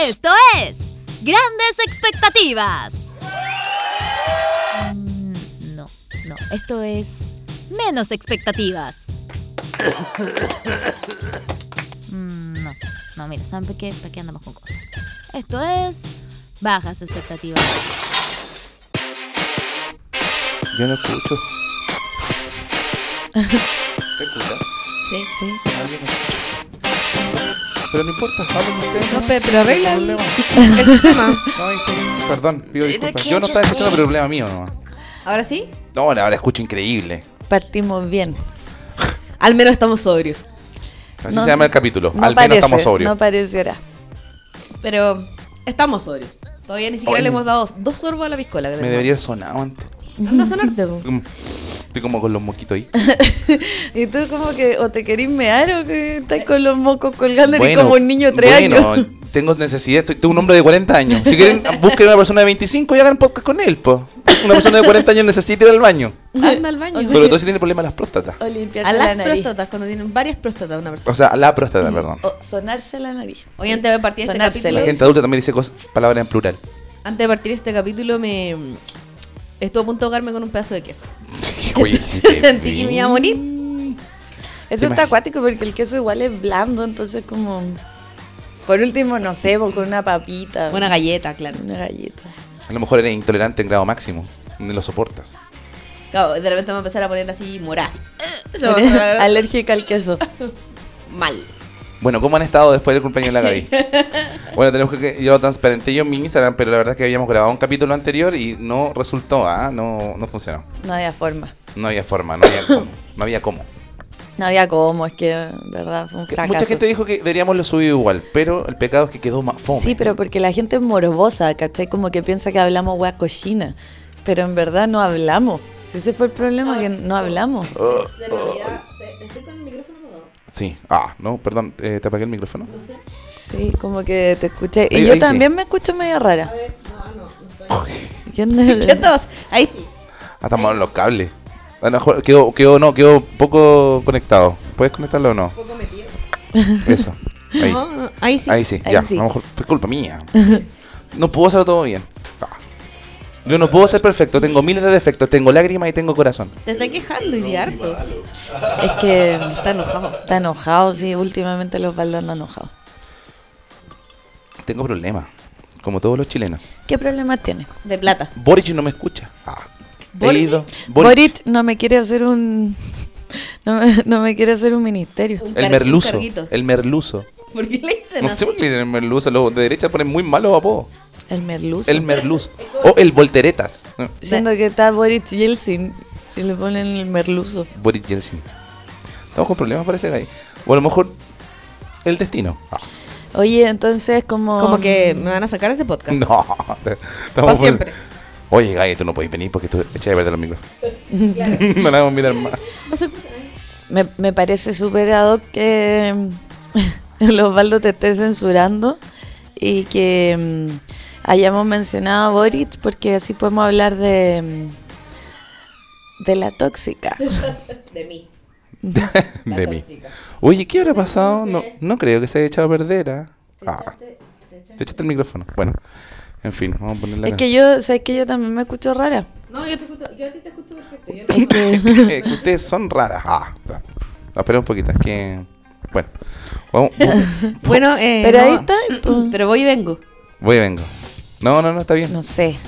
Esto es Grandes Expectativas. Mm, No, no, esto es menos expectativas. Mm, No, no, mira, ¿saben por qué, por qué andamos con cosas? Esto es bajas expectativas. Yo no escucho. ¿Se escucha? Sí, sí. Ah, yo no escucho. Pero no importa, hablen ustedes. No, ¿no? pero, Sí, pero no hay arregla el, problema. el sistema. No, ahí sí. Perdón, pido disculpas. Yo no estaba escuchando, pero problema mío nomás. ¿Ahora sí? No, ahora escucho increíble. Partimos bien. Al menos estamos sobrios. Así No, se llama el capítulo. no Al menos parece, estamos sobrios. No pareciera. Pero estamos sobrios. Todavía ni siquiera Oye. le hemos dado dos sorbos a la piscola. Me debería haber sonado antes. Anda a sonarte, po. Estoy como- Estoy como con los moquitos ahí. Y tú como que o te querís mear o que estás con los mocos colgando como un niño de tres bueno, años. tengo necesidad, estoy- tengo un hombre de 40 años. Si quieren, busquen una persona de 25 y hagan podcast con él, po. Una persona de 40 años necesita ir al baño. Anda al baño. O sea, Sobre todo si tiene problemas de las próstatas. O limpiarse A la las nariz. próstatas, cuando tienen varias próstatas una O persona. sea, la próstata, perdón. Mm. O sonarse la nariz. Hoy antes de partir este Sonársela. capítulo, La gente adulta también dice cosas, palabras en plural. antes de partir este capítulo me estuve a punto de ahogarme con un pedazo de queso. Sí, oye, si te Sentí que me vi. iba a morir. Eso Te está imag- acuático porque el queso igual es blando, entonces como... Por último, no sé, po, con una papita. Una galleta, claro. Una galleta. A lo mejor eres intolerante en grado máximo. No lo soportas. Claro, de repente me voy a empezar a poner así moraz. Alérgica al queso. Mal. Bueno, ¿cómo han estado después del cumpleaños de la Gaby? bueno, tenemos que. Yo lo transparenté yo en mi Instagram, pero la verdad es que habíamos grabado un capítulo anterior y no resultó, ¿ah? No, no funcionó. No había forma. No había forma, no había cómo. No había cómo. No había cómo, es que, en verdad, fue un Que fracaso. Mucha gente dijo que deberíamos lo subir igual, pero el pecado es que quedó más fome. Sí, pero porque la gente es morbosa, ¿cachai? Como que piensa que hablamos hueá cochina. Pero en verdad no hablamos. Si ese fue el problema, que no hablamos. Ah, Estoy con el micrófono apagado. sí. Ah, no, perdón, eh, te apagué el micrófono. Sí, como que te escuché. Y Ahí- yo ahí sí. también me escucho medio rara. ¿Qué onda? ¿Qué todos? Ahí. Ah, estamos en los cables. Ah, no, jo- quedó, quedó, no, quedó poco conectado. ¿Puedes conectarlo o no? Poco metido. Eso. Ahí, No, no, ahí sí. ahí sí, ahí ya. sí. A lo mejor fue culpa mía. No puedo hacerlo todo bien. Ah. Yo no puedo ser perfecto, tengo miles de defectos, tengo lágrimas y tengo corazón. Te está quejando y de harto. Es que Está enojado. está enojado, sí. Últimamente los baldos andan enojados. Tengo problemas, como todos los chilenos. ¿Qué problemas tiene? De plata. Boric no me escucha. Ah. He ¿Boric? ido- Boric. no me quiere hacer un... No me, no me quiere hacer un ministerio. Un El car- un merluzo. carguito. El merluzo. ¿Por qué le dicen No así? sé por qué le dicen el merluzo. Los de derecha ponen muy malos apodos. El merluzo. El merluzo. O el volteretas. No, Siendo que está Boric Yeltsin y le ponen el merluzo. Boris Yeltsin. Estamos con problemas, parece que hay. O a lo mejor el destino. Ah, Oye, entonces como... Como que me van a sacar de este podcast. No. Estamos Pa' siempre. Oye, Gaby, tú no podés venir porque tú echas de perder los micros. no la vamos a mirar más. No sé- Me, me parece superado que mm, el Osvaldo te esté censurando y que mm, hayamos mencionado a Boric porque así podemos hablar de, mm, de la tóxica. De mí. De mí. Oye, ¿qué habrá pasado? No, no creo que se haya echado a perder. ¿ah? Ah. Te echaste el micrófono. Bueno, en fin, vamos a ponerle Es que yo, ¿sabes que yo también me escucho rara? No, yo te escucho, yo a ti te escucho perfecto. Yo Es que, que que ustedes son raras. Ah, está. No, espera un poquito, es que. Bueno, vamos. vo- Bueno, eh, Pero no. ahí está, pues. Pero voy y vengo. Voy y vengo. No, no, no, está bien. no sé.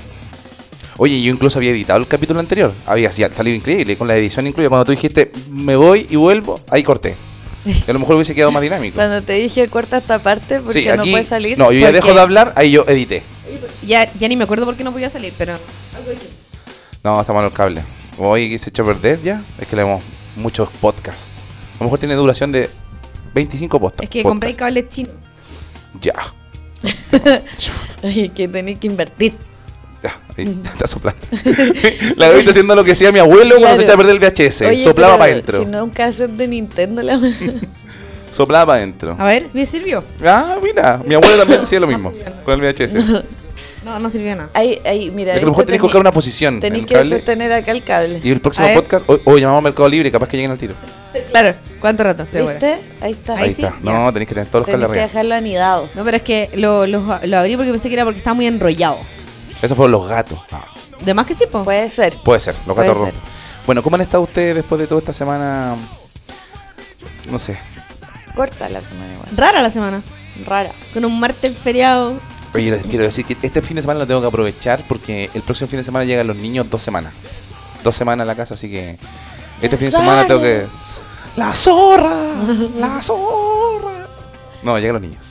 Oye, yo incluso había editado el capítulo anterior. Había sí, salido increíble, con la edición incluida. Cuando tú dijiste, me voy y vuelvo, ahí corté. Y a lo mejor hubiese quedado más dinámico. Cuando te dije corta esta parte porque Sí, no aquí. puede salir. No, yo ya porque- dejo de hablar, ahí yo edité. Ya, ya ni me acuerdo por qué no podía salir, pero. No, está mal el cable. Oye, que se echó a perder ya. Es que leemos muchos podcasts. A lo mejor tiene duración de 25 podcasts. Es que compré podcasts. cables chinos. Ya. Ay, que tenés que invertir. Ya, ahí está soplando. la Gaby está haciendo lo que hacía mi abuelo cuando Claro. se echaba a perder el VHS. Oye, soplaba pero para adentro. Si no, un cassette de Nintendo. La... Soplaba para adentro. A ver, ¿me sirvió? Ah, mira, mi abuelo también hacía lo mismo con el VHS. No, no sirvió nada. Ahí, ahí, mira. Es que a ahí lo mejor tenés te que tení- buscar una posición. en Tenés el que cable. sostener acá el cable. Y el próximo A ver. podcast, hoy, hoy llamamos a Mercado Libre, capaz que lleguen al tiro. Claro, ¿cuánto rato? Seguro. ¿Viste? Ahí está. Ahí, Ahí sí, está. ya. No, tenéis que tener todos los Tenés cables que arriba. dejarlo anidado. No, pero es que lo, lo- lo abrí porque pensé que era porque estaba muy enrollado. Esos fueron los gatos. Ah, ¿De más que sí, po? Puede ser. puede ser, los Puede gatos ser. rompen. Bueno, ¿cómo han estado ustedes después de toda esta semana? No sé. Corta la semana igual. Rara la semana. Rara. Con un martes feriado. Oye, les quiero decir que este fin de semana lo tengo que aprovechar porque el próximo fin de semana llegan los niños dos semanas. Dos semanas a la casa, así que este fin de semana tengo que... ¡La zorra! ¡La zorra! No, llegan los niños.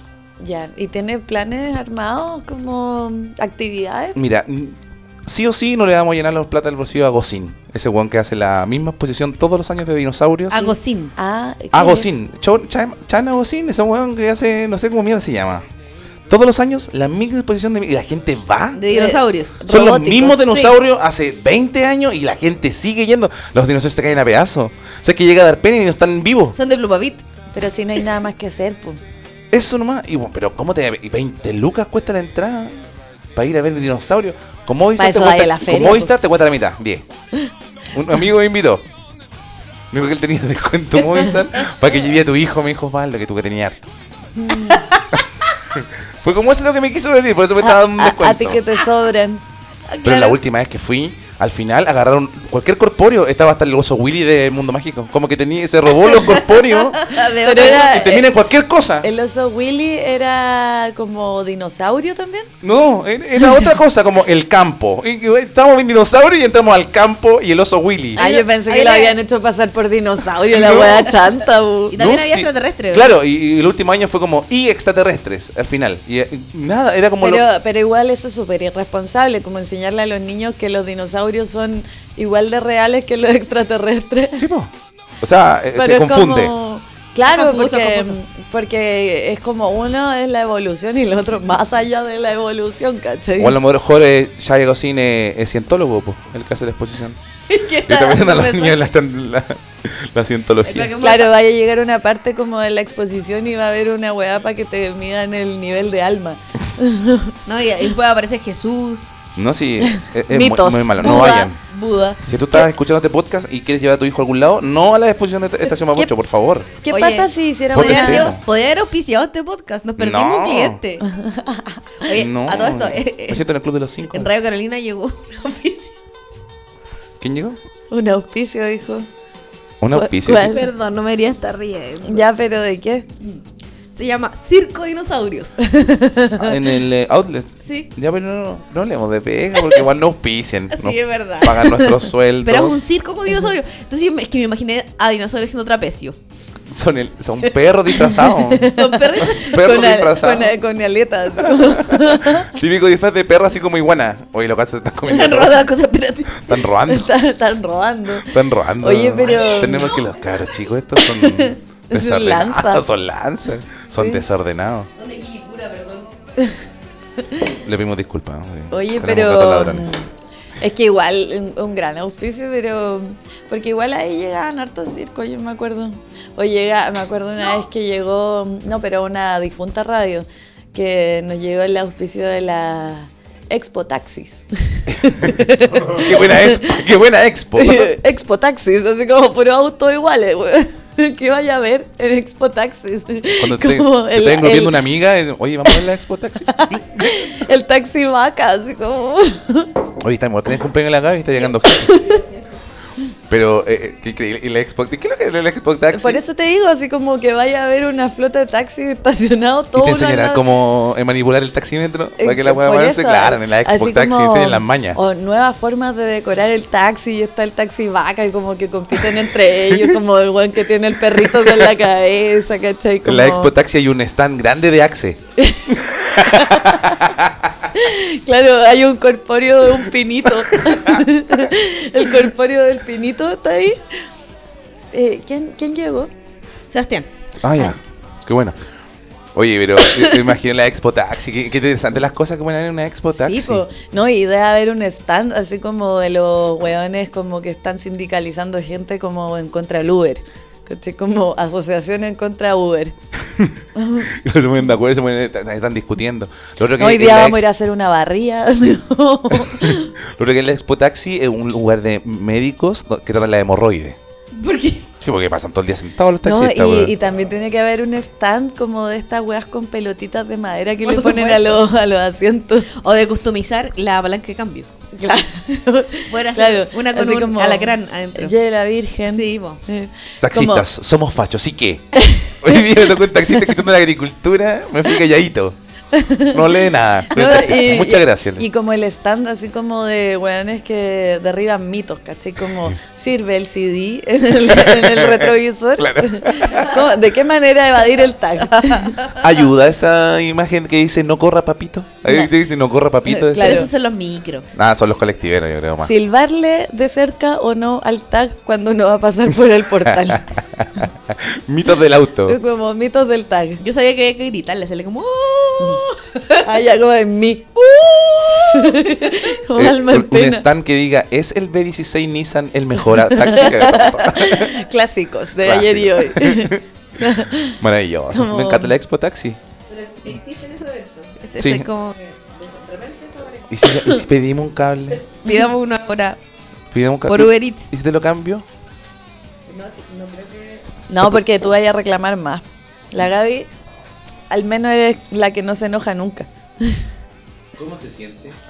Ya. ¿Y tiene planes armados como actividades? Mira, n- sí o sí no le vamos a llenar los plata del bolsillo a Gocin, ese weón que hace la misma exposición todos los años de dinosaurios. Agosín. Ah, ¿qué A es? Gocin, Cho- Cha- Chan Agosín, ese weón que hace, no sé cómo mierda se llama. Todos los años la misma exposición de... Y la gente va. De eh, dinosaurios. Son los Robóticos, mismos sí. dinosaurios hace 20 años y la gente sigue yendo. Los dinosaurios se caen a pedazos. O sea que llega a dar pena y no están vivos. Son de Plumavit. Pero si no hay nada más que hacer, pues. Eso nomás. Y bueno, pero ¿cómo te.? y 20 lucas cuesta la entrada para ir a ver el dinosaurio. Como Movistar, Pa' te eso vaya cuesta, a la con feria, pues. Movistar te cuesta la mitad. Bien. Un amigo me invitó. Me dijo que él tenía descuento Movistar para que lleve a tu hijo. Me dijo, Valdo, que tú que tenías. harto". Fue como eso es lo que me quiso decir, por eso me estaba A- Pues dando un a- descuento. Ah, a ti que te sobran. Pero la última vez que fui, al final agarraron cualquier corpóreo. Estaba hasta el oso Willy de Mundo Mágico. Como que tenía, se robó los corpóreos Pero era- y termina en cualquier cosa. ¿El oso Willy era como dinosaurio también? No, era- era otra cosa, como el campo. Y que, güey, Estábamos en dinosaurio y entramos al campo y el oso Willy. Ah, Ahí yo lo- pensé ahí que lo la- habían hecho pasar por dinosaurio, la No. wea chanta, bu. Y también había extraterrestres, güey. Claro, y, y el último año fue como y extraterrestres al final. Y, eh, nada, era como Pero, lo- pero igual eso es súper irresponsable, como enseñarle a los niños que los dinosaurios son igual de reales que los extraterrestres. Sí, po. O sea, eh, Pero te es confunde. como- Claro, Confuso, porque, confuso. porque es como uno es la evolución y el otro más allá de la evolución, ¿cachai? O a lo mejor eh, Shai Gossin eh, es cientólogo, po, el que hace la exposición. ¿Qué Y tal? también a los Profesor. niños la, la, la cientología. Claro, vaya a llegar una parte como de la exposición y va a haber una weá para que te midan el nivel de alma. No, y, y puede aparecer Jesús. No, sí, eh, es, es muy, Mitos. muy malo. No Buda, vayan. Buda. Si tú estás escuchando este podcast y quieres llevar a tu hijo a algún lado, no a la exposición de Estación Mapocho, por favor. ¿Qué Oye, pasa si hiciéramos Ponte Podría una... haber, el sido- tema. podría haber auspiciado este podcast. Nos perdimos No. un cliente. Oye, no, Pues a todo esto. eh, eh, me siento en el Club de los Cinco. en Radio Carolina llegó un auspicio. ¿Quién llegó? Un auspicio, hijo. Un ¿Cu- auspicio. cuál? Perdón, no me debería estar riendo. Ya, pero ¿de qué? Se llama Circo Dinosaurios. Ah, en el eh, outlet. Sí. Ya, pero no, no hablemos de pega porque igual nos auspician. Sí, nos es verdad. Pagan nuestros sueldos. Pero es un circo con dinosaurios. Entonces yo me- es que me imaginé a dinosaurios haciendo trapecio. son, el, son perros disfrazados. Son perros. perros con, al- disfrazados. con a- con aletas. como- Típico disfraz de perro así como iguana. Oye, lo que haces, están comiendo. Están robando las cosas, espérate. Están robando. están, están robando. Están robando. Oye, pero- Tenemos que los caros, chicos, estos son. desordenados, lanzas. Son lanzas. Son Sí. desordenados. Son de Quilicura, perdón. Le pedimos disculpas. sí. Oye, Tenemos gatos pero... ladrones. Es que igual, un, un gran auspicio, pero... Porque igual ahí llegaban hartos circos, yo me acuerdo. O llega, me acuerdo una vez que llegó... No, pero una difunta radio. Que nos llegó el auspicio de la Expo Taxis. Qué buena expo. Qué buena expo. Expo Taxis, así como puro auto iguales, güey. Que vaya a ver en Expo Taxis. Cuando te, Como te el- está engrupiendo el- una amiga, es, oye, vamos a ver la expo taxi. El taxi vaca, así como. Oye, estamos, tenés cumpleaños en la Gaby y está llegando gente. Pero, eh, eh, qué increíble. ¿Y la expo? ¿Qué es lo que es la expo taxi? Por eso te digo, así como que vaya a ver una flota de taxis estacionados y todos. te enseñarán cómo eh, manipular el taxímetro Eh, para que la pueda moverse. Claro, en la expo taxi enseñan las mañas. O nuevas formas de decorar el taxi y está el taxi vaca y como que compiten entre ellos, como el buen que tiene el perrito con la cabeza, ¿cachai? En la Como- expo taxi hay un stand grande de Axe. Claro, hay un corpóreo de un pinito. el corpóreo del pinito está ahí. Eh, ¿quién, ¿Quién llegó? Sebastián. Ah, ya. Qué bueno. Oye, pero yo- yo imagino la expo taxi. Qué, qué interesante las cosas que van a haber en una expo taxi. Sí, po. No, y debe haber un stand así como de los hueones como que están sindicalizando gente como en contra del Uber. ¿Cachai? Como asociación en contra de Uber. No se ponen de acuerdo, se ponen- están- están discutiendo. Lo otro que Hoy en día la vamos a ex- ir a hacer una barría. Lo que es la Expo Taxi es un lugar de médicos do- que tratan la hemorroide. ¿Por qué? Sí, porque pasan todo el día sentados los No, taxistas, y, weón. y también tiene que haber un stand como de estas weas con pelotitas de madera que Por le ponen a los, a los asientos. O de customizar la palanca de cambio. Claro. Poder hacer una con así un alacrán adentro. "Ye la Virgen. Sí, po. Eh, Taxistas, somos fachos, ¿y qué? Hoy día me tocó un taxista escuchando la agricultura, me fui calladito. No lee nada. como- pero no, taxista, y- Muchas y- gracias. Y como el stand así como de weones que derriban mitos, ¿cachai? Como sirve el CD en el, en el retrovisor. Claro. ¿Cómo- ¿De qué manera evadir el tag? Ayuda esa imagen que dice no corra papito. Ahí No. te dice no corra papito. Claro. Claro, ese. esos son los micro. Ah, son los colectiveros, yo creo más. Silbarle de cerca o no al tag cuando uno va a pasar por el portal. Mitos del auto. Es como mitos del tag. Yo sabía que había que gritarle, hacerle como. "Oh". Allá como en mí. Uh. como Eh, alma en un, un pena. stand que diga, ¿es el B16 Nissan el mejor a- taxi que Clásicos de ayer y hoy. Maravilloso. Como- Me encanta la Expo Taxi. Este Sí. Es como. ¿Y si, y si pedimos un cable? Pidamos una hora ¿Pedimos un por cable? Uber Eats. ¿Y si te lo cambio? No, porque tú vayas a reclamar más. La Gaby, al menos es la que no se enoja nunca. ¿Cómo se siente?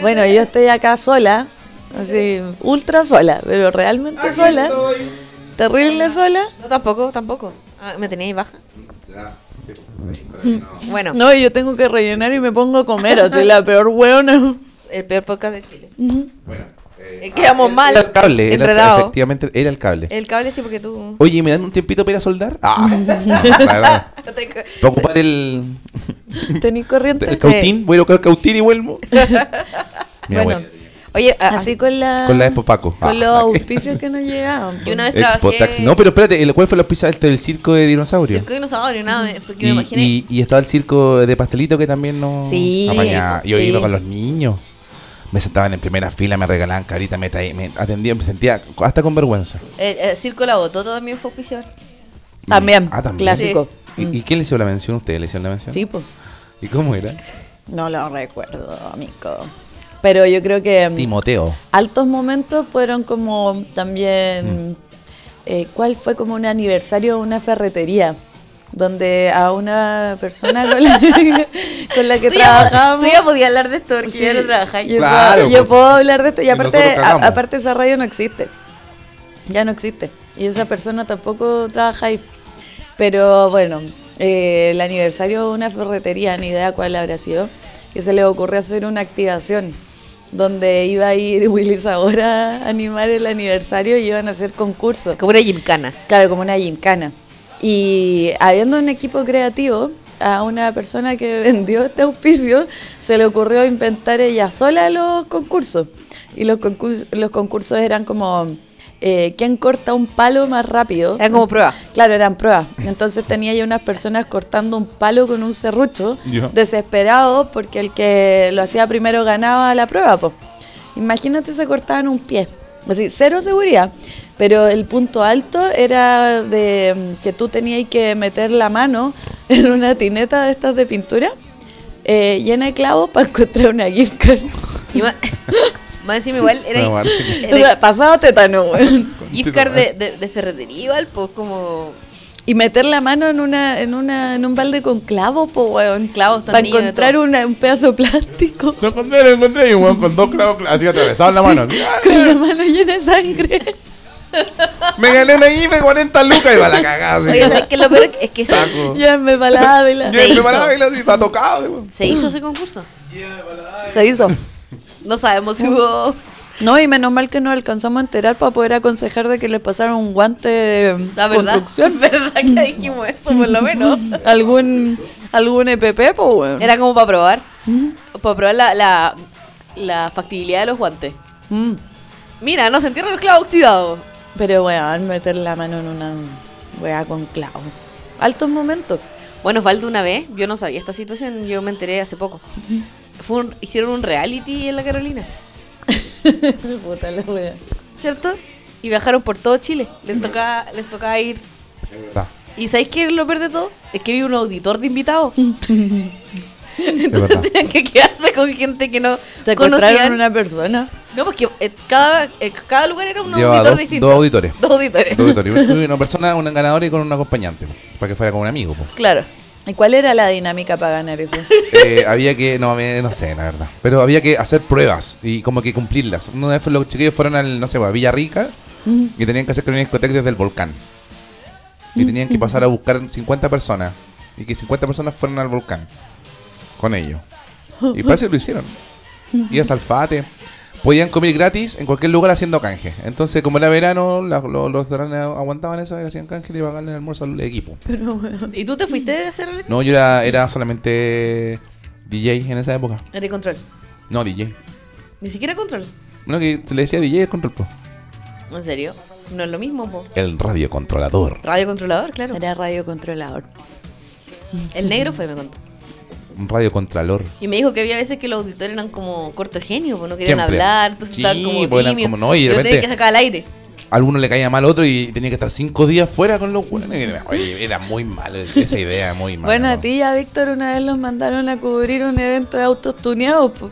Bueno, yo estoy acá sola, así, ultra sola, pero realmente sola, terrible sola. No, tampoco, tampoco. Ah, ¿Me teníais baja? Mm. Bueno, No, yo tengo que rellenar y me pongo a comer, así, la peor hueona. el peor podcast de Chile. Eh, Era quedamos mal. Mm. el cable, era- Enredado. Eh. efectivamente era el cable. El cable sí, porque tú. Oye, ¿me dan un tiempito para ir a soldar? Ah, para, para ocupar el, ¿Tenís corriente? el cautín, voy a buscar el cautín y vuelvo. Mira, Bueno, bueno, Oye, a- Así con la... con la Expo Paco. Ah, Con los la- auspicios que nos llegaban. pues. Yo una vez Expo trabajé. Taxi. No, pero espérate, ¿el- ¿cuál fue la auspicia del- del circo de dinosaurio? Circo dinosaurio, nada, eh, Y, porque me imaginé. y- y estaba el circo de pastelito que también no Sí, apañaba. Yo sí. iba con los niños. Me sentaban en primera fila, me regalaban carita, me, traí- me atendían, me sentía hasta con vergüenza. El, el circo La Botó también fue auspiciador. También, Ah, también. clásico. ¿Y, Mm. y quién le hizo la mención? ¿Ustedes le hicieron la mención? Sí, pues. ¿Y cómo era? No lo recuerdo, amigo. Pero yo creo que mm, Timoteo. altos momentos fueron como también, Mm. eh, ¿cuál fue como un aniversario de una ferretería? Donde a una persona con la, con la que Tú ya- trabajábamos... Tú ya podías hablar de esto porque Sí, ya no trabajáis. Yo, Claro, puedo, yo porque puedo hablar de esto y si aparte, nosotros a- cagamos. aparte esa radio no existe. Ya no existe. Y esa persona tampoco trabaja ahí. Pero bueno, eh, el aniversario de una ferretería, ni idea cuál habrá sido, que se le ocurrió hacer una activación donde iba a ir Willy Sabor a animar el aniversario y iban a hacer concursos. Como una gimcana. Claro, como una gincana. Y habiendo un equipo creativo, a una persona que vendió este auspicio se le ocurrió inventar ella sola los concursos. Y los, concurs- los concursos eran como, eh, ¿quién corta un palo más rápido? Era como prueba. Claro, eran pruebas. Entonces tenía ya unas personas cortando un palo con un serrucho, Ya. desesperados porque el que lo hacía primero ganaba la prueba. Po. Imagínate, se cortaban un pie. Así, cero seguridad. Pero el punto alto era de mm, que tú tenías que meter la mano en una tineta de estas de pintura eh, llena de clavos para encontrar una gift card. Y más, más encima igual era No, Martín. O sea, era pasado tétano, weón. gift card de, de, de ferretería igual, pues como... Y meter la mano en una, en una, en un balde con clavos, po, weón. Clavos, Para tornillos, encontrar todo. una- un pedazo de plástico. Lo encontré, lo encontré. Y un weón con dos clavos cla- así atravesado en la mano. Con la mano llena de sangre. Me gané una IFE 40 lucas y va la cagada. así. Oye, ¿sabes qué? Lo peor es que se, Saco. Llévenme para la Ávila. Yo me hizo. paraba y la- así, está tocado. weón. se hizo ese concurso. Se hizo. No sabemos si hubo... No, y menos mal que nos alcanzamos a enterar para poder aconsejar de que le pasaron un guante de La verdad, construcción. verdad que dijimos esto, por lo menos. Algún, algún EPP, po, weón. Era como para probar. Para probar la, la, la factibilidad de los guantes. Mm. Mira, no se entierran los clavos oxidados. Pero, weón, meter la mano en una weá con clavos. Altos momentos. Bueno, Osvaldo, una vez, yo no sabía esta situación, yo me enteré hace poco. Fue un- hicieron un reality en la Carolina, Puta la weá. ¿cierto? Y viajaron por todo Chile. Les tocaba, les tocaba ir. Ah, ¿Y sabéis qué es lo peor de todo? Es que había un auditor de invitados. es verdad. Tenían que quedarse con gente que no Se encontraron conocían. una persona. No, porque eh, cada, eh, cada lugar era un Llevaba auditor dos- distinto. dos auditores. Dos auditores. Dos auditores. Una persona, una ganadora y con un acompañante. Para que fuera como un amigo. po. Claro. ¿Y cuál era la dinámica para ganar eso? Eh, había que, no, me- no sé, la verdad. Pero había que hacer pruebas y como que cumplirlas. Una vez los chiquillos fueron al, no sé, a Villarrica y tenían que hacer una discoteca desde el volcán. Y tenían que pasar a buscar 50 personas. Y que 50 personas fueran al volcán con ellos. Y parece que lo hicieron. Y a Salfate. Podían comer gratis en cualquier lugar haciendo canje. Entonces, como era verano, la- lo- los restaurantes aguantaban eso y hacían canje y le pagaban el almuerzo al equipo. ¿Y tú te fuiste a hacer el No, yo era, era solamente DJ en esa época. Era el control. No, DJ. Ni siquiera control. Bueno, que se le decía DJ el control. po. ¿En serio? No es lo mismo, po. El radiocontrolador. Radio controlador, claro. Era radio controlador. El negro fue, me contó. Un radiocontrolador. Y me dijo que había veces que los auditores eran como corto genio, pues no querían Siempre. hablar, entonces Sí, estaban como pues eran tímidos. como no, y de Lo tenían repente- que sacar al aire. A alguno le caía mal a otro y tenía que estar cinco días fuera con los buenos. Oye, era muy malo esa idea, muy mala. Bueno, a ¿no? ti y a Víctor una vez los mandaron a cubrir un evento de autos tuneados. po.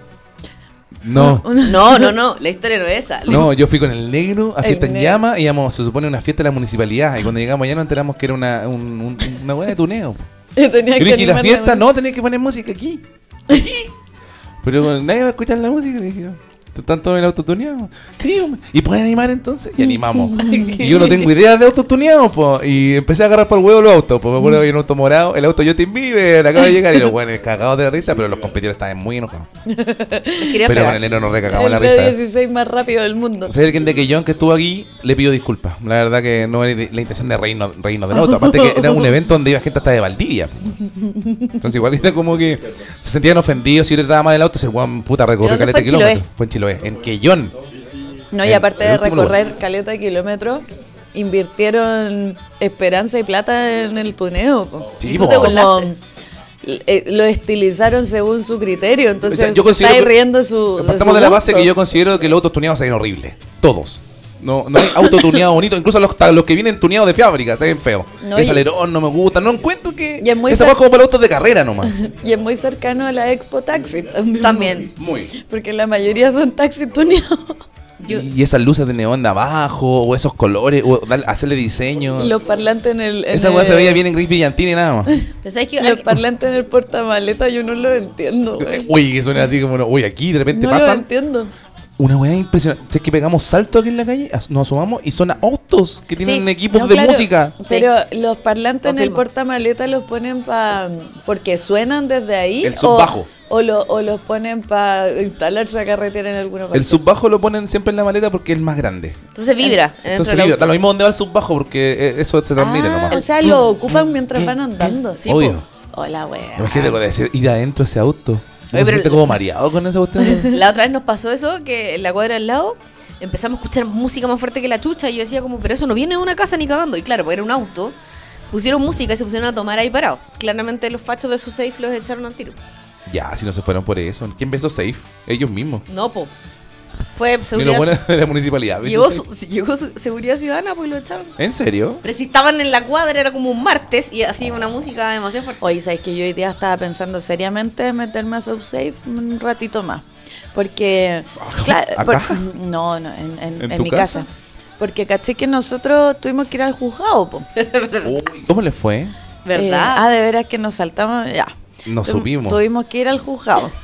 No. No, no, no, la historia no es esa. No, yo fui con el negro a El fiesta en negro. llama, íbamos, se supone, a una fiesta de la municipalidad. Y cuando llegamos allá nos enteramos que era una, un- un- una hueá de tuneo. po. Y tenía Yo le dije, ¿y la animar fiesta? banda. No, tenés que poner música aquí. Aquí. Pero bueno, nadie va a escuchar la música. Le dije, ¿tú están todos en el autotuneado? Sí, hombre. ¿y pueden animar entonces? Y animamos. y yo no tengo idea de autotuneado, po. Y empecé a agarrar por el huevo los autos. Porque me acuerdo que había un auto morado, el auto Justin Bieber, acaba de llegar. Y los buenos cagados de la risa, pero los competidores estaban muy enojados. Les Pero quería con pegar. el negro nos recagamos El la de risa. 16 más rápido del mundo. Si hay alguien de Quellón que estuvo aquí, le pido disculpas. La verdad que no era la intención de reírnos, reírnos del auto. Aparte que era un evento donde iba gente hasta de Valdivia. po. Entonces igual era como que se sentían ofendidos si yo le daba mal el auto. Ese guan puta recorrió ¿Y dónde caleta de fue en Chiloé? kilómetros. Fue en Chiloé, en Quellón. No, El- y aparte el de último lugar. recorrer caleta de kilómetros, invirtieron esperanza y plata en el tuneo. po. Sí, Y tú po. te burlaste. eh, lo estilizaron según su criterio, entonces O sea, yo considero estáis que- riendo su. Partamos su de la base gusto. que yo considero que los autos tuneados se ven horribles. Todos. No, no hay auto tuneado bonito. Incluso los, ta- los que vienen tuneados de fábrica se ven feos. No, Ese y- alerón no me gusta. No encuentro que... Y es muy Esa cer- va como para autos de carrera nomás. Y es muy cercano a la Expo Taxi también. También. Muy. Porque la mayoría son taxis tuneados. Yo- Y esas luces de neón de abajo, o esos colores, o dar- hacerle diseño. Y los parlantes en el. en Esa weá se el- veía bien en gris brillantina y nada más. Pero sabes que Los al- parlantes en el portamaleta yo no lo entiendo. güey. Uy, que suena así como, no, uy, aquí de repente No lo pasan. entiendo. Una weá impresionante. Si es que pegamos salto aquí en la calle, as- nos asomamos y son autos que tienen Sí, equipos No, de claro, música. Pero los parlantes en el Confirmo. portamaleta los ponen para. porque suenan desde ahí. El o, subbajo. o, lo- o los ponen para instalarse a carretera en alguna parte. El subbajo lo ponen siempre en la maleta porque es el más grande. Entonces vibra. Entonces, dentro del vibra. auto. da lo mismo donde va el subbajo porque eh, eso se transmite Ah, nomás. O sea, lo ocupan mientras van andando. Sí, Obvio. po. Hola, wea. Imagínate con decir, ir adentro ese auto. Oye, Uno se pero- siente como mareado con esa cuestión. La otra vez nos pasó eso, que en la cuadra al lado empezamos a escuchar música más fuerte que la chucha y yo decía como, pero eso no viene de una casa ni cagando. Y claro, porque era un auto. Pusieron música y se pusieron a tomar ahí parado. Claramente los fachos de su safe los echaron al tiro. ya, si no se fueron por eso. ¿Quién besó safe? Ellos mismos. No, po. Fue Y lo seguridad. bueno de la municipalidad. Llegó, ¿viste? su- llegó su seguridad ciudadana, pues lo echaron. ¿En serio? Pero si estaban en la cuadra era como un martes y así una música demasiado fuerte. Oye, sabes que yo hoy día estaba pensando seriamente en meterme a SubSafe un ratito más. Porque. cla- Ah, ¿Acá? por- no, no, en, en- ¿En en tu mi casa. casa? Porque caché que nosotros tuvimos que ir al juzgado, po. Uy, ¿Cómo le fue? Eh, ¿Verdad? ah, de veras que nos saltamos, ya. Nos Tu- subimos. Tuvimos que ir al juzgado.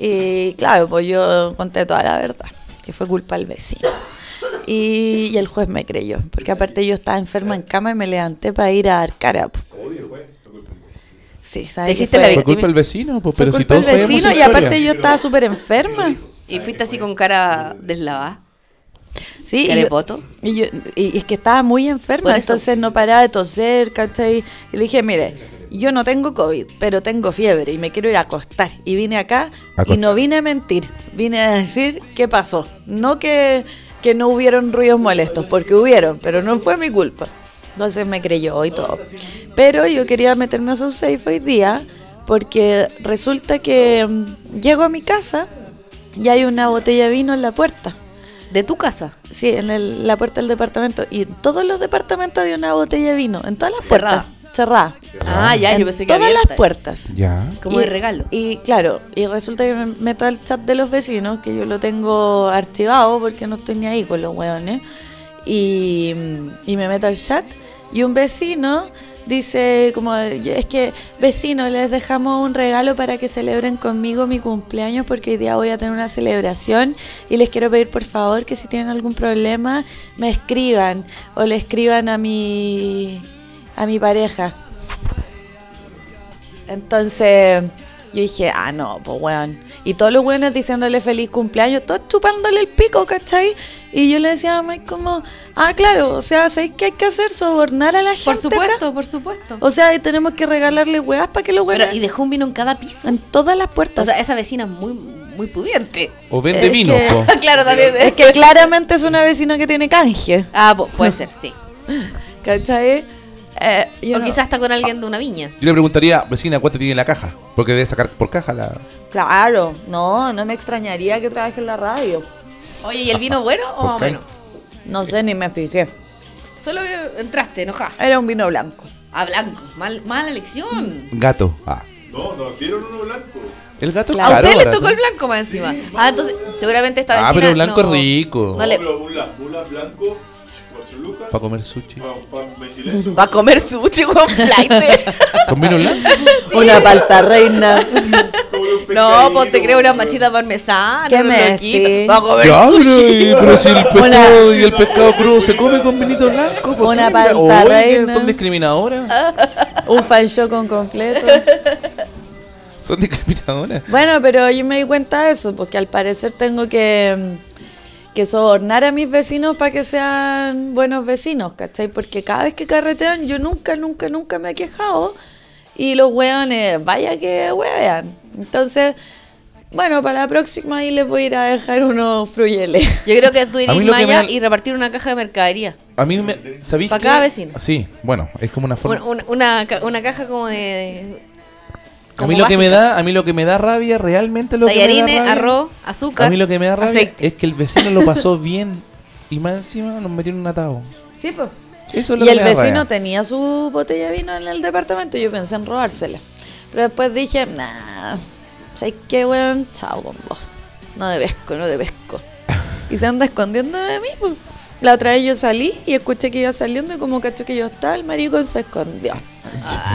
Y claro, pues yo conté toda la verdad, que fue culpa del vecino. Y, y el juez me creyó, porque aparte yo estaba enferma en cama y me levanté para ir a Arcara. po. Sí, ¿sabes? Te que hiciste fue- la Fue víctima. culpa del vecino, pues, fue pero si culpa todos del sabemos vecino su y aparte historia. yo estaba súper enferma. y fuiste así con cara deslavada. Sí, y, ¿Carepoto? yo- y, yo- y- y es que estaba muy enferma, Por eso. entonces no paraba de toser, ¿cachai? Y le dije, mire, yo no tengo COVID, pero tengo fiebre y me quiero ir a acostar. Y vine acá y Acostar. no vine a mentir, vine a decir qué pasó. No que, que no hubieron ruidos molestos, porque hubieron, pero no fue mi culpa. Entonces me creyó y todo. Pero yo quería meterme a su safe hoy día porque resulta que mm, llego a mi casa y hay una botella de vino en la puerta. De tu casa. Sí, en el- la puerta del departamento. Y en todos los departamentos había una botella de vino. En todas las puertas. Cerrada. cerrada. Ah, ya, En yo pensé que Todas abierta. las puertas. Ya. Como Y- de regalo. Y claro, y resulta que me meto al chat de los vecinos, que yo lo tengo archivado porque no estoy ni ahí con los hueones. Y, y me meto al chat y un vecino dice como es que vecino les dejamos un regalo para que celebren conmigo mi cumpleaños porque hoy día voy a tener una celebración y les quiero pedir por favor que si tienen algún problema me escriban o le escriban a mi a mi pareja entonces yo dije, ah, no, pues weón. Y todos los weones diciéndole feliz cumpleaños, todos chupándole el pico, ¿cachai? Y yo le decía a Mike como, ah, claro, o sea, ¿sabéis qué hay que hacer? Sobornar a la gente. Por acá? supuesto, por supuesto. O sea, tenemos que regalarle weas para que los Pero, weones... y dejó un vino en cada piso. En todas las O puertas. sea, esa vecina es muy, muy pudiente. O vende Es vino, que- po. claro, también. es que claramente es una vecina que tiene canje, Ah, po- puede ser, sí. ¿cachai? Eh, yo O no- quizás está con alguien de una viña. Yo le preguntaría, vecina, ¿cuánto tiene la caja? Porque debe sacar por caja la. Claro, no, no me extrañaría que trabaje en la radio. Oye, ¿y el vino Oh, bueno o más o Ok. menos? No sé, ni me fijé. Solo que entraste, enojada. Era un vino blanco. A blanco. Mal, mala elección. Gato. Ah. No, nos dieron uno blanco. El gato Claro. a es caro, usted le barato. tocó el blanco más encima. Ah, entonces, seguramente esta vecina Ah, pero blanco no- es rico. No le- Pero un la- un la blanco, cuatro lucas, Para comer sushi. pa- pa- me silencio. Va a comer sushi con flight. ¿Con vino blanco? Una palta reina. Cobre un no, pescadito, pues te creo una weón. machita parmesana. ¿Qué un me loquito. decís? Va a comer Ya, sushi. pero, eh, pero si el pescado Hola. y el pescado crudo se come con vinito blanco, ¿por Una qué? palta Oye, reina. Son Ah. discriminadoras. Un fan show con completo. Son discriminadoras. Bueno, pero yo me di cuenta de eso, porque al parecer tengo que, mm, que sobornar a mis vecinos para que sean buenos vecinos, ¿cachai? Porque cada vez que carretean, yo nunca, nunca, nunca me he quejado. Y los hueones, vaya que huevean. Entonces, bueno, para la próxima ahí les voy a ir a dejar unos fruyeles. Yo creo que tú A mí lo irías que Maya me- y repartir una caja de mercadería. A mí me. ¿Sabís Pa' qué? cada vecino. Sí, bueno, es como una Una, forma. una, una ca- una caja como de. a como mí lo que me básica. da, a mí lo que me da rabia, realmente lo que me da Tallarines, rabia- arroz, azúcar. A mí lo que me da rabia aceite. es que el vecino lo pasó bien y más encima nos metió en un atado. Sí, pues. Eso es lo Y que el me da vecino rabia. tenía su botella de vino en el departamento y yo pensé en robársela. Pero después dije, nah, ¿sabes qué, weón? Chao, bombo. No debesco, no debesco. Y se anda escondiendo de mí, pues. La otra vez yo salí y escuché que iba saliendo y como cacho que yo estaba, el maricón se escondió.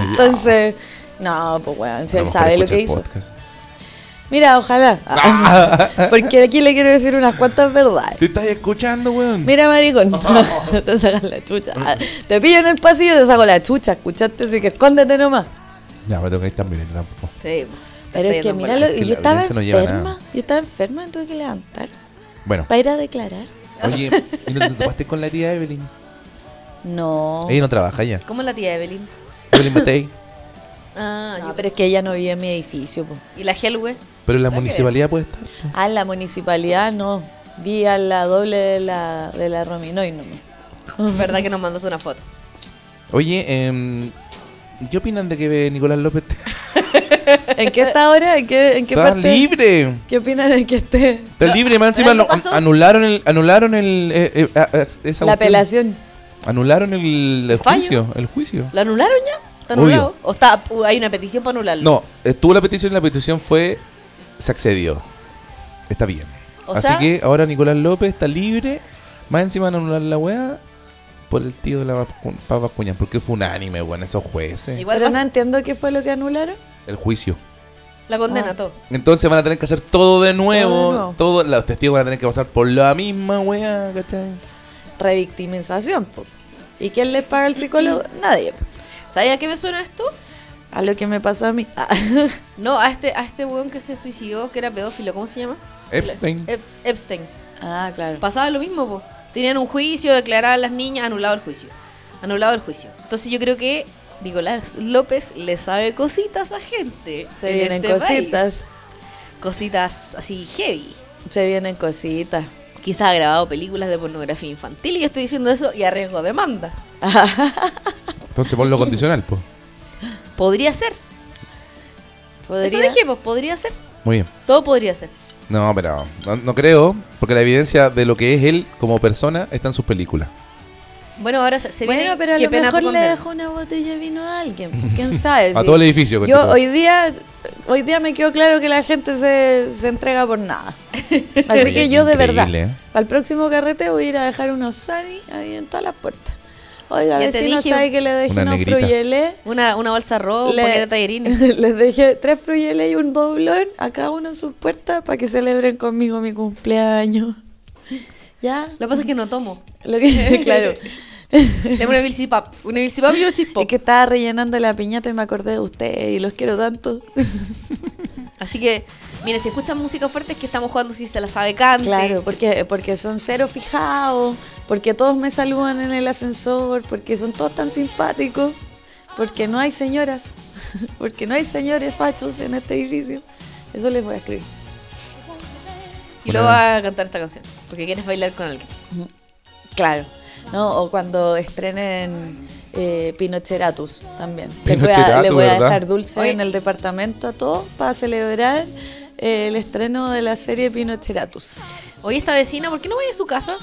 Entonces, no, pues weón, si A él mejor sabe lo escucha que el hizo. podcast. Mira, ojalá. Porque aquí le quiero decir unas cuantas verdades. ¿Te estás escuchando, weón? Mira, maricón, te sacan la chucha. Ah, Te pillo en el pasillo y te saco la chucha, escuchaste, así que escóndete nomás. Ya, pero tengo que ir tan bien tampoco. Sí, Pero es que mira, míralo. lo- Es que la yo estaba violencia no lleva a enferma, nada. yo estaba enferma y tuve que levantar Bueno, para ir a declarar. oye, ¿y no te topaste con la tía Evelyn? No, Ella no trabaja ya. ¿Cómo es la tía Evelyn? Evelyn Matei. Ah, No, yo- pero es que ella no vive en mi edificio. Po. ¿Y la gel, güey? Pero en la municipalidad puede estar. Ah, en la municipalidad no, vi a la doble de la, de la Rominoy nomás. ¿Verdad que nos mandaste una foto? Oye, em, ¿qué opinan de que Nicolás López te- ¿En qué está ahora? ¿En qué, en qué está parte? libre? ¿Qué opinas de que esté Está libre, más encima ¿sabes anu- qué pasó? anularon el, anularon el eh, eh, ah, ah, esa la cuestión. apelación? Anularon el, el fallo? juicio, el juicio. ¿Lo anularon ya? ¿Está Obvio. anulado? ¿O está, hay una petición para anularlo? No, estuvo la petición y la petición fue se accedió. Está bien. O Así sea- que ahora Nicolás López está libre, más encima van a anular la weá por el tío de la vacu- papa cuña, porque fue unánime, weón, esos jueces. Igual Pero pasa- no entiendo qué fue lo que anularon. El juicio. la condena, Ah. todo. Entonces van a tener que hacer todo de nuevo. Todo Todo de nuevo. los testigos van a tener que pasar por la misma weá, ¿cachai? revictimización. po. ¿Y quién les paga al psicólogo? Nadie. po. ¿Sabes a qué me suena esto? A lo que me pasó a mí. Ah. No, a este, a este weón que se suicidó, que era pedófilo, ¿cómo se llama? Epstein. Eps- Epstein. Ah, claro. Pasaba lo mismo, po. Tenían un juicio, declaraban las niñas, anulado el juicio. Anulado el juicio. Entonces yo creo que Nicolás López le sabe cositas a gente. Se en vienen este país. cositas. Cositas así heavy. Se vienen cositas. Quizás ha grabado películas de pornografía infantil y yo estoy diciendo eso y arriesgo demanda. Entonces por lo condicional, pues. Podría ser. Podría... Eso dije, pues podría ser. Muy bien. Todo podría ser. No, pero no, no creo, porque la evidencia de lo que es él como persona está en sus películas. Bueno, ahora se, se bueno, viene. pero a qué lo pena tu mejor le condena. dejo una botella de vino a alguien. ¿Quién sabe? A si- todo el edificio, con Yo todo. hoy día, hoy día me quedó claro que la gente se, se entrega por nada. Así Oye, que es yo de increíble, verdad, ¿eh? para el próximo carrete voy a ir a dejar unos sani ahí en todas las puertas. Oiga, Ya te vecino, dije. sabe que le dejé Una unos negrita. fruyeles. Una, una bolsa de ropa, Oh, un Le- paquete de tallerines. les dejé tres fruyeles y un doblón a cada uno en sus puertas para que celebren conmigo mi cumpleaños. ¿Ya? Lo que pasa es que no tomo. Lo que, claro. Tengo una Vilsipap. Una Vilsipap y un chispo. Es que estaba rellenando la piñata y me acordé de ustedes y los quiero tanto. Así que, miren, si escuchan música fuerte es que estamos jugando si se la sabe cante. Claro, porque, porque son cero fijados, porque todos me saludan en el ascensor, porque son todos tan simpáticos, porque no hay señoras, porque no hay señores fachos en este edificio. Eso les voy a escribir. Y luego va a cantar esta canción. Porque quieres bailar con alguien. Claro. No, o cuando estrenen eh, Pinocheratus también. Les voy a, Pinocheratus, les voy a ¿verdad? dejar dulce Oye. en el departamento a todos para celebrar eh, el estreno de la serie Pinocheratus. Oye, esta vecina, ¿por qué no vaya a su casa?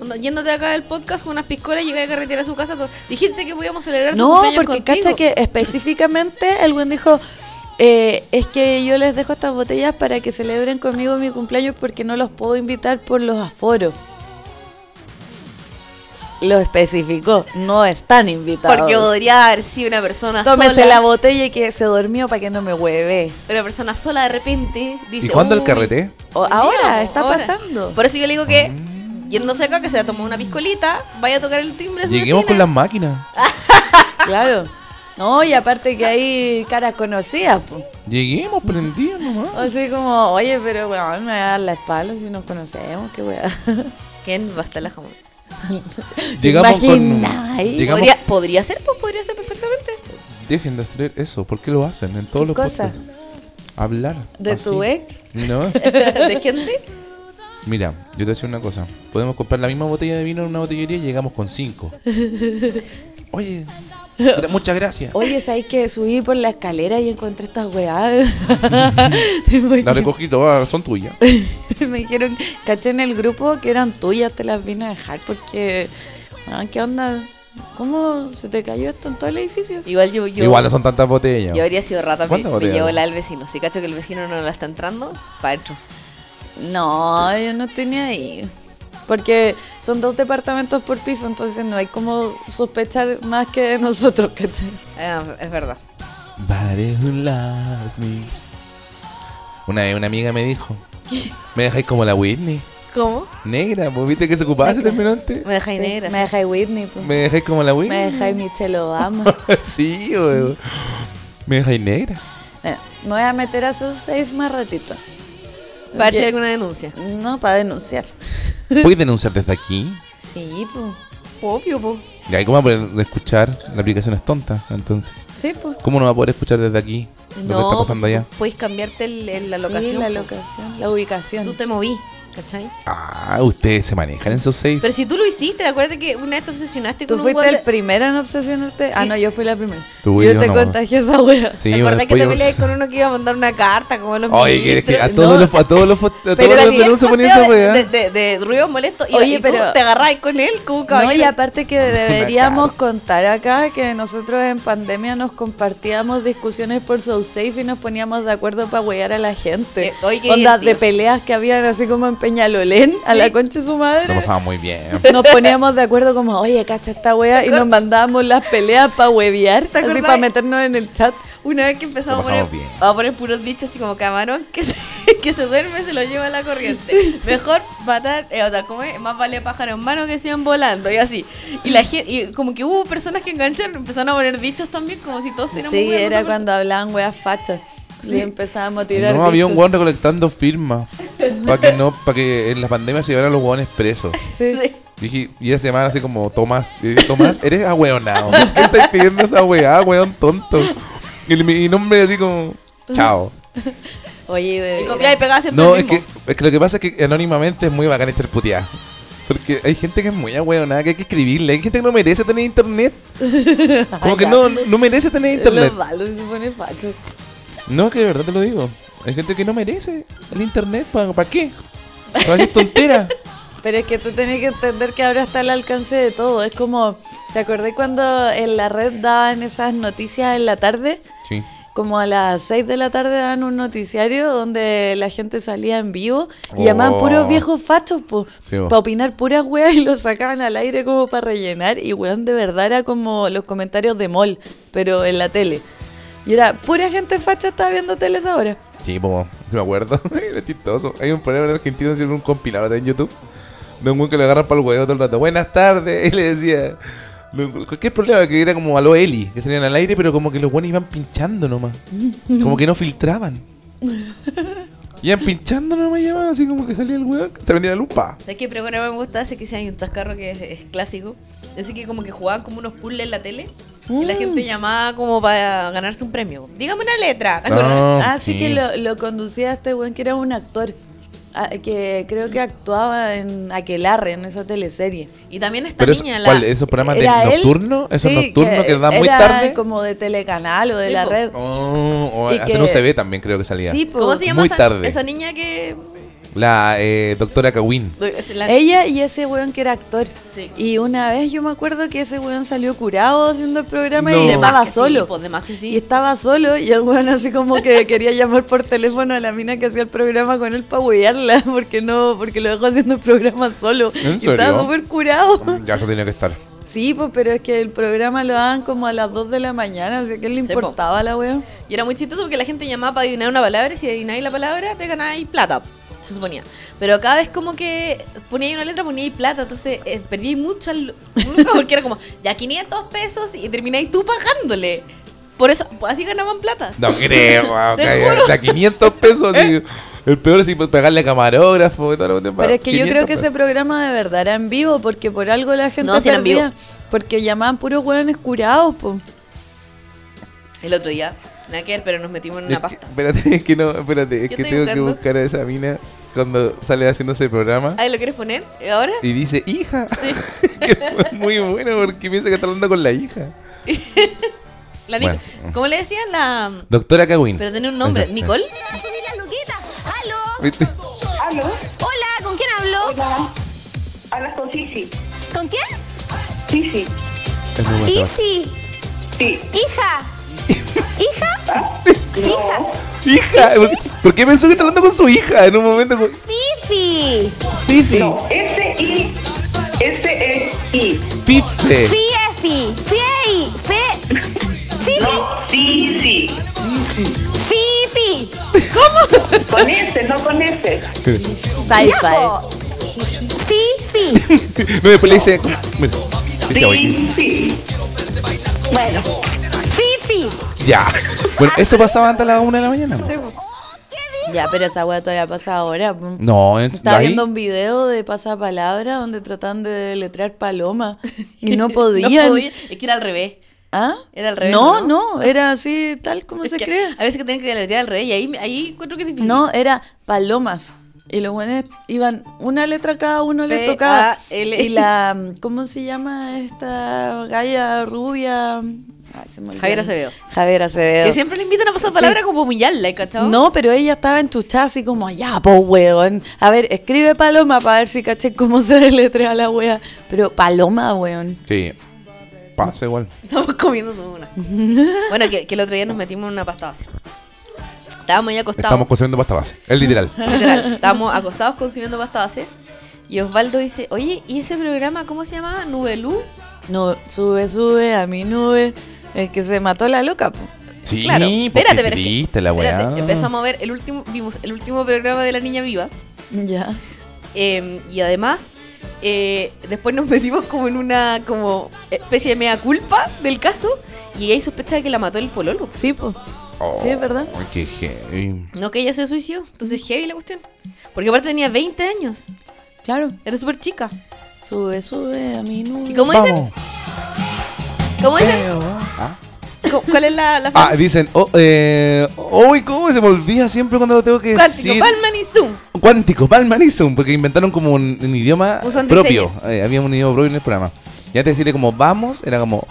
Onda, Yéndote acá del podcast con unas piscolas, llegué a carretera a su casa. to- Dijiste que podíamos celebrar tu No, cumpleaños porque contigo. cacha que específicamente el buen dijo, eh, es que yo les dejo estas botellas para que celebren conmigo mi cumpleaños porque no los puedo invitar por los aforos. Lo especificó, no están invitados. Porque podría haber sido una persona Tómese sola. la botella y que se durmió para que no me hueve. Una persona sola de repente dice. ¿Y cuándo el "Uy, carrete? O- Dios, ahora, está ahora". pasando. Por eso yo le digo que, Mm. yéndose acá, que se ha tomado una piscolita, vaya a tocar el timbre. de su Lleguemos con vecina. las máquinas. Claro. No, y aparte que hay caras conocidas, po. Lleguemos prendidos nomás. Así como, oye, pero weón, me va a dar la espalda si nos conocemos, qué weá. ¿Quién va a estar la jamón? Llegamos con. imaginas? Llegamos, ¿Podría, podría ser, pues podría ser perfectamente. Dejen de hacer eso. ¿Por qué lo hacen en todos ¿Qué los cosa? podcasts? Hablar. ¿De así. tu ex? No. De gente. Mira, yo te voy a decir una cosa. Podemos comprar la misma botella de vino en una botellería y llegamos con cinco. Oye, gra- muchas gracias. Oye, ¿sabes que subí por la escalera y encontré estas weadas? La recogí todas, son tuyas. me dijeron, caché en el grupo que eran tuyas, te las vine a dejar porque, weón, ¿qué onda? ¿Cómo se te cayó esto en todo el edificio? Igual yo. yo Igual no son tantas botellas. Yo habría sido rata, me, ¿Cuántas me botellas? llevo la al vecino. Si cacho que el vecino no la está entrando, para adentro. No, yo no tenía ahí. Porque son dos departamentos por piso, entonces no hay como sospechar más que de nosotros, ¿cachai? Ah, es verdad. Body who loves me. Una vez una amiga me dijo, me dejáis como la Whitney. ¿Cómo? Negra, pues viste que se ocupaba ese terminante. Me dejáis negra. Me dejáis Whitney, pues. Me dejáis como la me Whitney. dejáis Michelle Obama. sí, weón. Me dejáis negra. Mira, Eh, me voy a meter a su safe más ratito. Para ver si Porque- hay alguna denuncia. No, para denunciar. ¿Puedes denunciar desde aquí? Sí, pues. Obvio, po. Y ahí, ¿cómo va a poder escuchar? La aplicación es tonta, entonces. Sí, pues. ¿Cómo no va a poder escuchar desde aquí lo que está pasando allá? pues, puedes cambiarte el- el- la locación. Sí, la po. locación, la Tú ubicación. te moví, ¿cachai? Ah, ustedes se manejan en esos safe. Pero si tú lo hiciste, acuérdate que una vez te obsesionaste Tú con un fuiste guante. el primero en obsesionarte. Ah, no, yo fui la primera. Tú y yo yo te nomás. contagié esa wea. Sí, ¿Te bueno, acordás que te después yo- peleé con uno que iba a mandar una carta como los Oye, que, que a ministros? todos No. los a todos los a todos Pero los así es denuncias Sorteo ponían esa de- weá. De, de, de ruidos molestos. Y, Oye, y tú pero- te agarráis con él como un No, y caballero. aparte que deberíamos contar acá que nosotros en pandemia nos compartíamos discusiones por SoSafe y nos poníamos de acuerdo para huear a la gente. Eh, oye, qué Ondas de divertido. peleas que habían así como en Peñalolén, a la concha de su Lo madre. pasaba muy bien. Nos poníamos de acuerdo como, oye, cacha esta wea, y nos mandábamos las peleas para huevear, así acordás? para meternos en el chat. Una vez que empezamos Lo a poner, pasamos bien. a poner puros dichos así como camarón que se, que se duerme se lo lleva a la corriente. Mejor matar, eh, o sea, ¿cómo es? más vale pájaro en mano que sigan volando y así. Y la gente, y como que hubo personas que engancharon, empezaron a poner dichos también como si todos tenemos Sí, era cuando hablaban weas fachas. Y empezábamos a tirar. No había un dichos. guan recolectando firmas para que no, para que en la pandemia se llevaran los guanes presos. Sí. Dije, y ella se llamaba así como Tomás. Y dije, Tomás, eres ahueonado. ¿Por qué estás pidiendo esa weá, weón tonto? Y el- mi nombre así como, chao. Oye, de Y copiaba y pegaba siempre No, el es mismo. que, es que lo que pasa es que anónimamente es muy bacán echar puteada. Porque hay gente que es muy ahueonada, que hay que escribirle. Hay gente que no merece tener internet. Como que no, no, no merece tener internet. Los malos se pone facho. No, que de verdad te lo digo. Hay gente que no merece el internet. ¿Para, para qué? Para hacer tontera. Pero es que tú tenés que entender que ahora está al alcance de todo. Es como, ¿te acordé cuando en la red daban esas noticias en la tarde? Sí. Como a las 6 de la tarde daban un noticiario donde la gente salía en vivo y llamaban Oh. puros viejos fachos Sí, po. para opinar puras weas y los sacaban al aire como para rellenar. Y weón, de verdad era como los comentarios de Mol, pero en la tele. Y era pura gente facha estaba viendo teles ahora. Sí, po, sí me acuerdo. Era chistoso. Hay un programa en Argentina haciendo un compilador en YouTube de un güey que le agarra para el huevo todo el rato. Buenas tardes. Y le decía. lo- Cualquier problema que era como a lo Eli, que salían al aire, pero como que los buenos iban pinchando nomás. Como que no filtraban. Iban pinchando nomás, llamaban así como que salía el huevo. Se vendía la lupa. ¿Sabes qué programa me gusta? Sé que sí hay un chascarro que es, es clásico. Así que como que jugaban como unos puzzles en la tele. Y Mm. la gente llamaba como para ganarse un premio. Dígame una letra. ¿te acuerdas? No, Ah, sí sí. que lo, lo conducía este buen que era un actor. ah, Que creo que actuaba en Aquelarre, en esa teleserie. Y también esta Pero es- niña, la- ¿cuál? ¿Esos programas de ¿Era él? nocturno? ¿Esos Sí, nocturnos que, dan muy era tarde? como de telecanal o de Sí, la po. red. Oh, o Y hasta que- no se ve también creo que salía. Sí, po. ¿Cómo se llama Muy esa, tarde. esa niña que... La eh, doctora Kawin. es la- Ella y ese weón que era actor. Sí. Y una vez yo me acuerdo que ese weón salió curado haciendo el programa No. y De más estaba que sí, solo. po, de más que sí. Y estaba solo y el weón así como que quería llamar por teléfono a la mina que hacía el programa con él para huearla porque no, porque lo dejó haciendo el programa solo. ¿En Y estaba serio? súper curado. Mm, Ya eso tenía que estar. Sí, pues, pero es que el programa lo daban como a las 2 de la mañana, así que le po. importaba a la weón. Y era muy chistoso porque la gente llamaba para adivinar una palabra y si adivináis la palabra te ganáis plata, se suponía. Pero cada vez como que poníais una letra poníais plata, entonces eh, perdíais mucho al- nunca, porque era como ya 500 pesos y termináis tú pagándole. Por eso, pues, así ganaban plata. No creo, weón, Te que- juro. la 500 pesos. ¿Eh? así, El peor es si puedes pegarle a camarógrafo y todo lo que te Pero es que yo 500 creo que pesos. ese programa de verdad era en vivo, porque por algo la gente No, sí era en perdía. vivo. Porque llamaban puros weones curados, pues. El otro día, nada que ver, pero nos metimos en Es una que- pasta. Espérate, es que no, espérate, es Yo que estoy tengo que buscando. buscar a esa mina cuando sale haciendo ese programa. Ay, ¿lo quieres poner? Eh, ¿Ahora? Y dice, hija. que fue muy bueno porque piensa que está hablando con la hija. La Nic- Bueno. ¿Cómo le decían? La... Doctora Kawin. Pero tenía un nombre. Esa. ¿Nicole? Mira, subí la luquita. ¡Aló! ¿Viste? Hola, ¿con quién hablo? Hola. Hablas con Sisi. ¿Con quién? Sisi. Es muy bueno. Isi. Sí. Hija. ¿Hija? No. Hija, ¿por qué- ¿por qué pensó que está hablando con su hija en un momento? como- Fifi. Fifi, No. Este I. Este es I. Fife. Fiefi. Fiei. Fe. Fifi. No. Sisi. Fifi. Con ese, no con este. ese. Yapo. Fifi. No, después le dice. Mira, dice, oye, Sisi. Bueno. Fifi. ya. Bueno, Ah, eso pasaba antes a las 1 de la mañana. ¿no? Ya, pero esa wea todavía pasa ahora. po. No, en, Estaba ahí- viendo un video de pasapalabra donde tratan de deletrear paloma y no podían. No podía. Es que era al revés. ¿Ah? Era al revés, No, ¿no? no, era así tal como Es se que cree. A veces que tienen que deletrear al revés y ahí, ahí encuentro que es difícil. No, era palomas. Y los buenos iban una letra cada uno les P, tocaba. A, L. E. Y la ¿cómo se llama esta galla rubia? Ay, se me olvidó. Javier Acevedo. Javier Acevedo. Que siempre le invitan a pasar Sí. palabra como humillarla, ¿cachado? No, pero ella estaba enchuchada así como, ya, po, weón. A ver, escribe paloma para ver si caché cómo se deletrea la wea. Pero paloma, weón. Sí. Pasa igual. Estamos comiendo solo una. bueno, que, que el otro día nos metimos en una pastada. así. Estábamos ya acostados. Estamos consumiendo pasta base. Es literal. Literal, estábamos acostados consumiendo pasta base. Y Osvaldo dice, oye, ¿y ese programa cómo se llamaba? ¿Nubelú? No, sube, sube, a mi nube. Es que se mató la loca, po. Sí, claro. porque Espérate, pero es que- triste la espérate, weá. empezamos a ver el último, vimos el último programa de La Niña Viva. Ya. Eh, y además, eh, después nos metimos como en una como especie de mea culpa del caso. Y hay sospecha de que la mató el pololo. Sí, po. Oh, Sí, es verdad. ay, qué heavy. No que ella se suicidó. Entonces heavy la cuestión. Porque aparte tenía 20 años. Claro. Mm. Era súper chica. Sube, sube a mi nube. ¿Y cómo dicen? Vamos. ¿Cómo dicen? Ah. ¿Cu- ¿Cuál es la, la Ah, frase? dicen, oh, eh, uy, ¿cómo se me olvida siempre cuando lo tengo que Cuántico, decir? Palman y Zoom. Cuántico, Balmanism, porque inventaron como un, un idioma Un santiseño. propio. Eh, había un idioma propio en el programa. Y antes de decirle como vamos, era como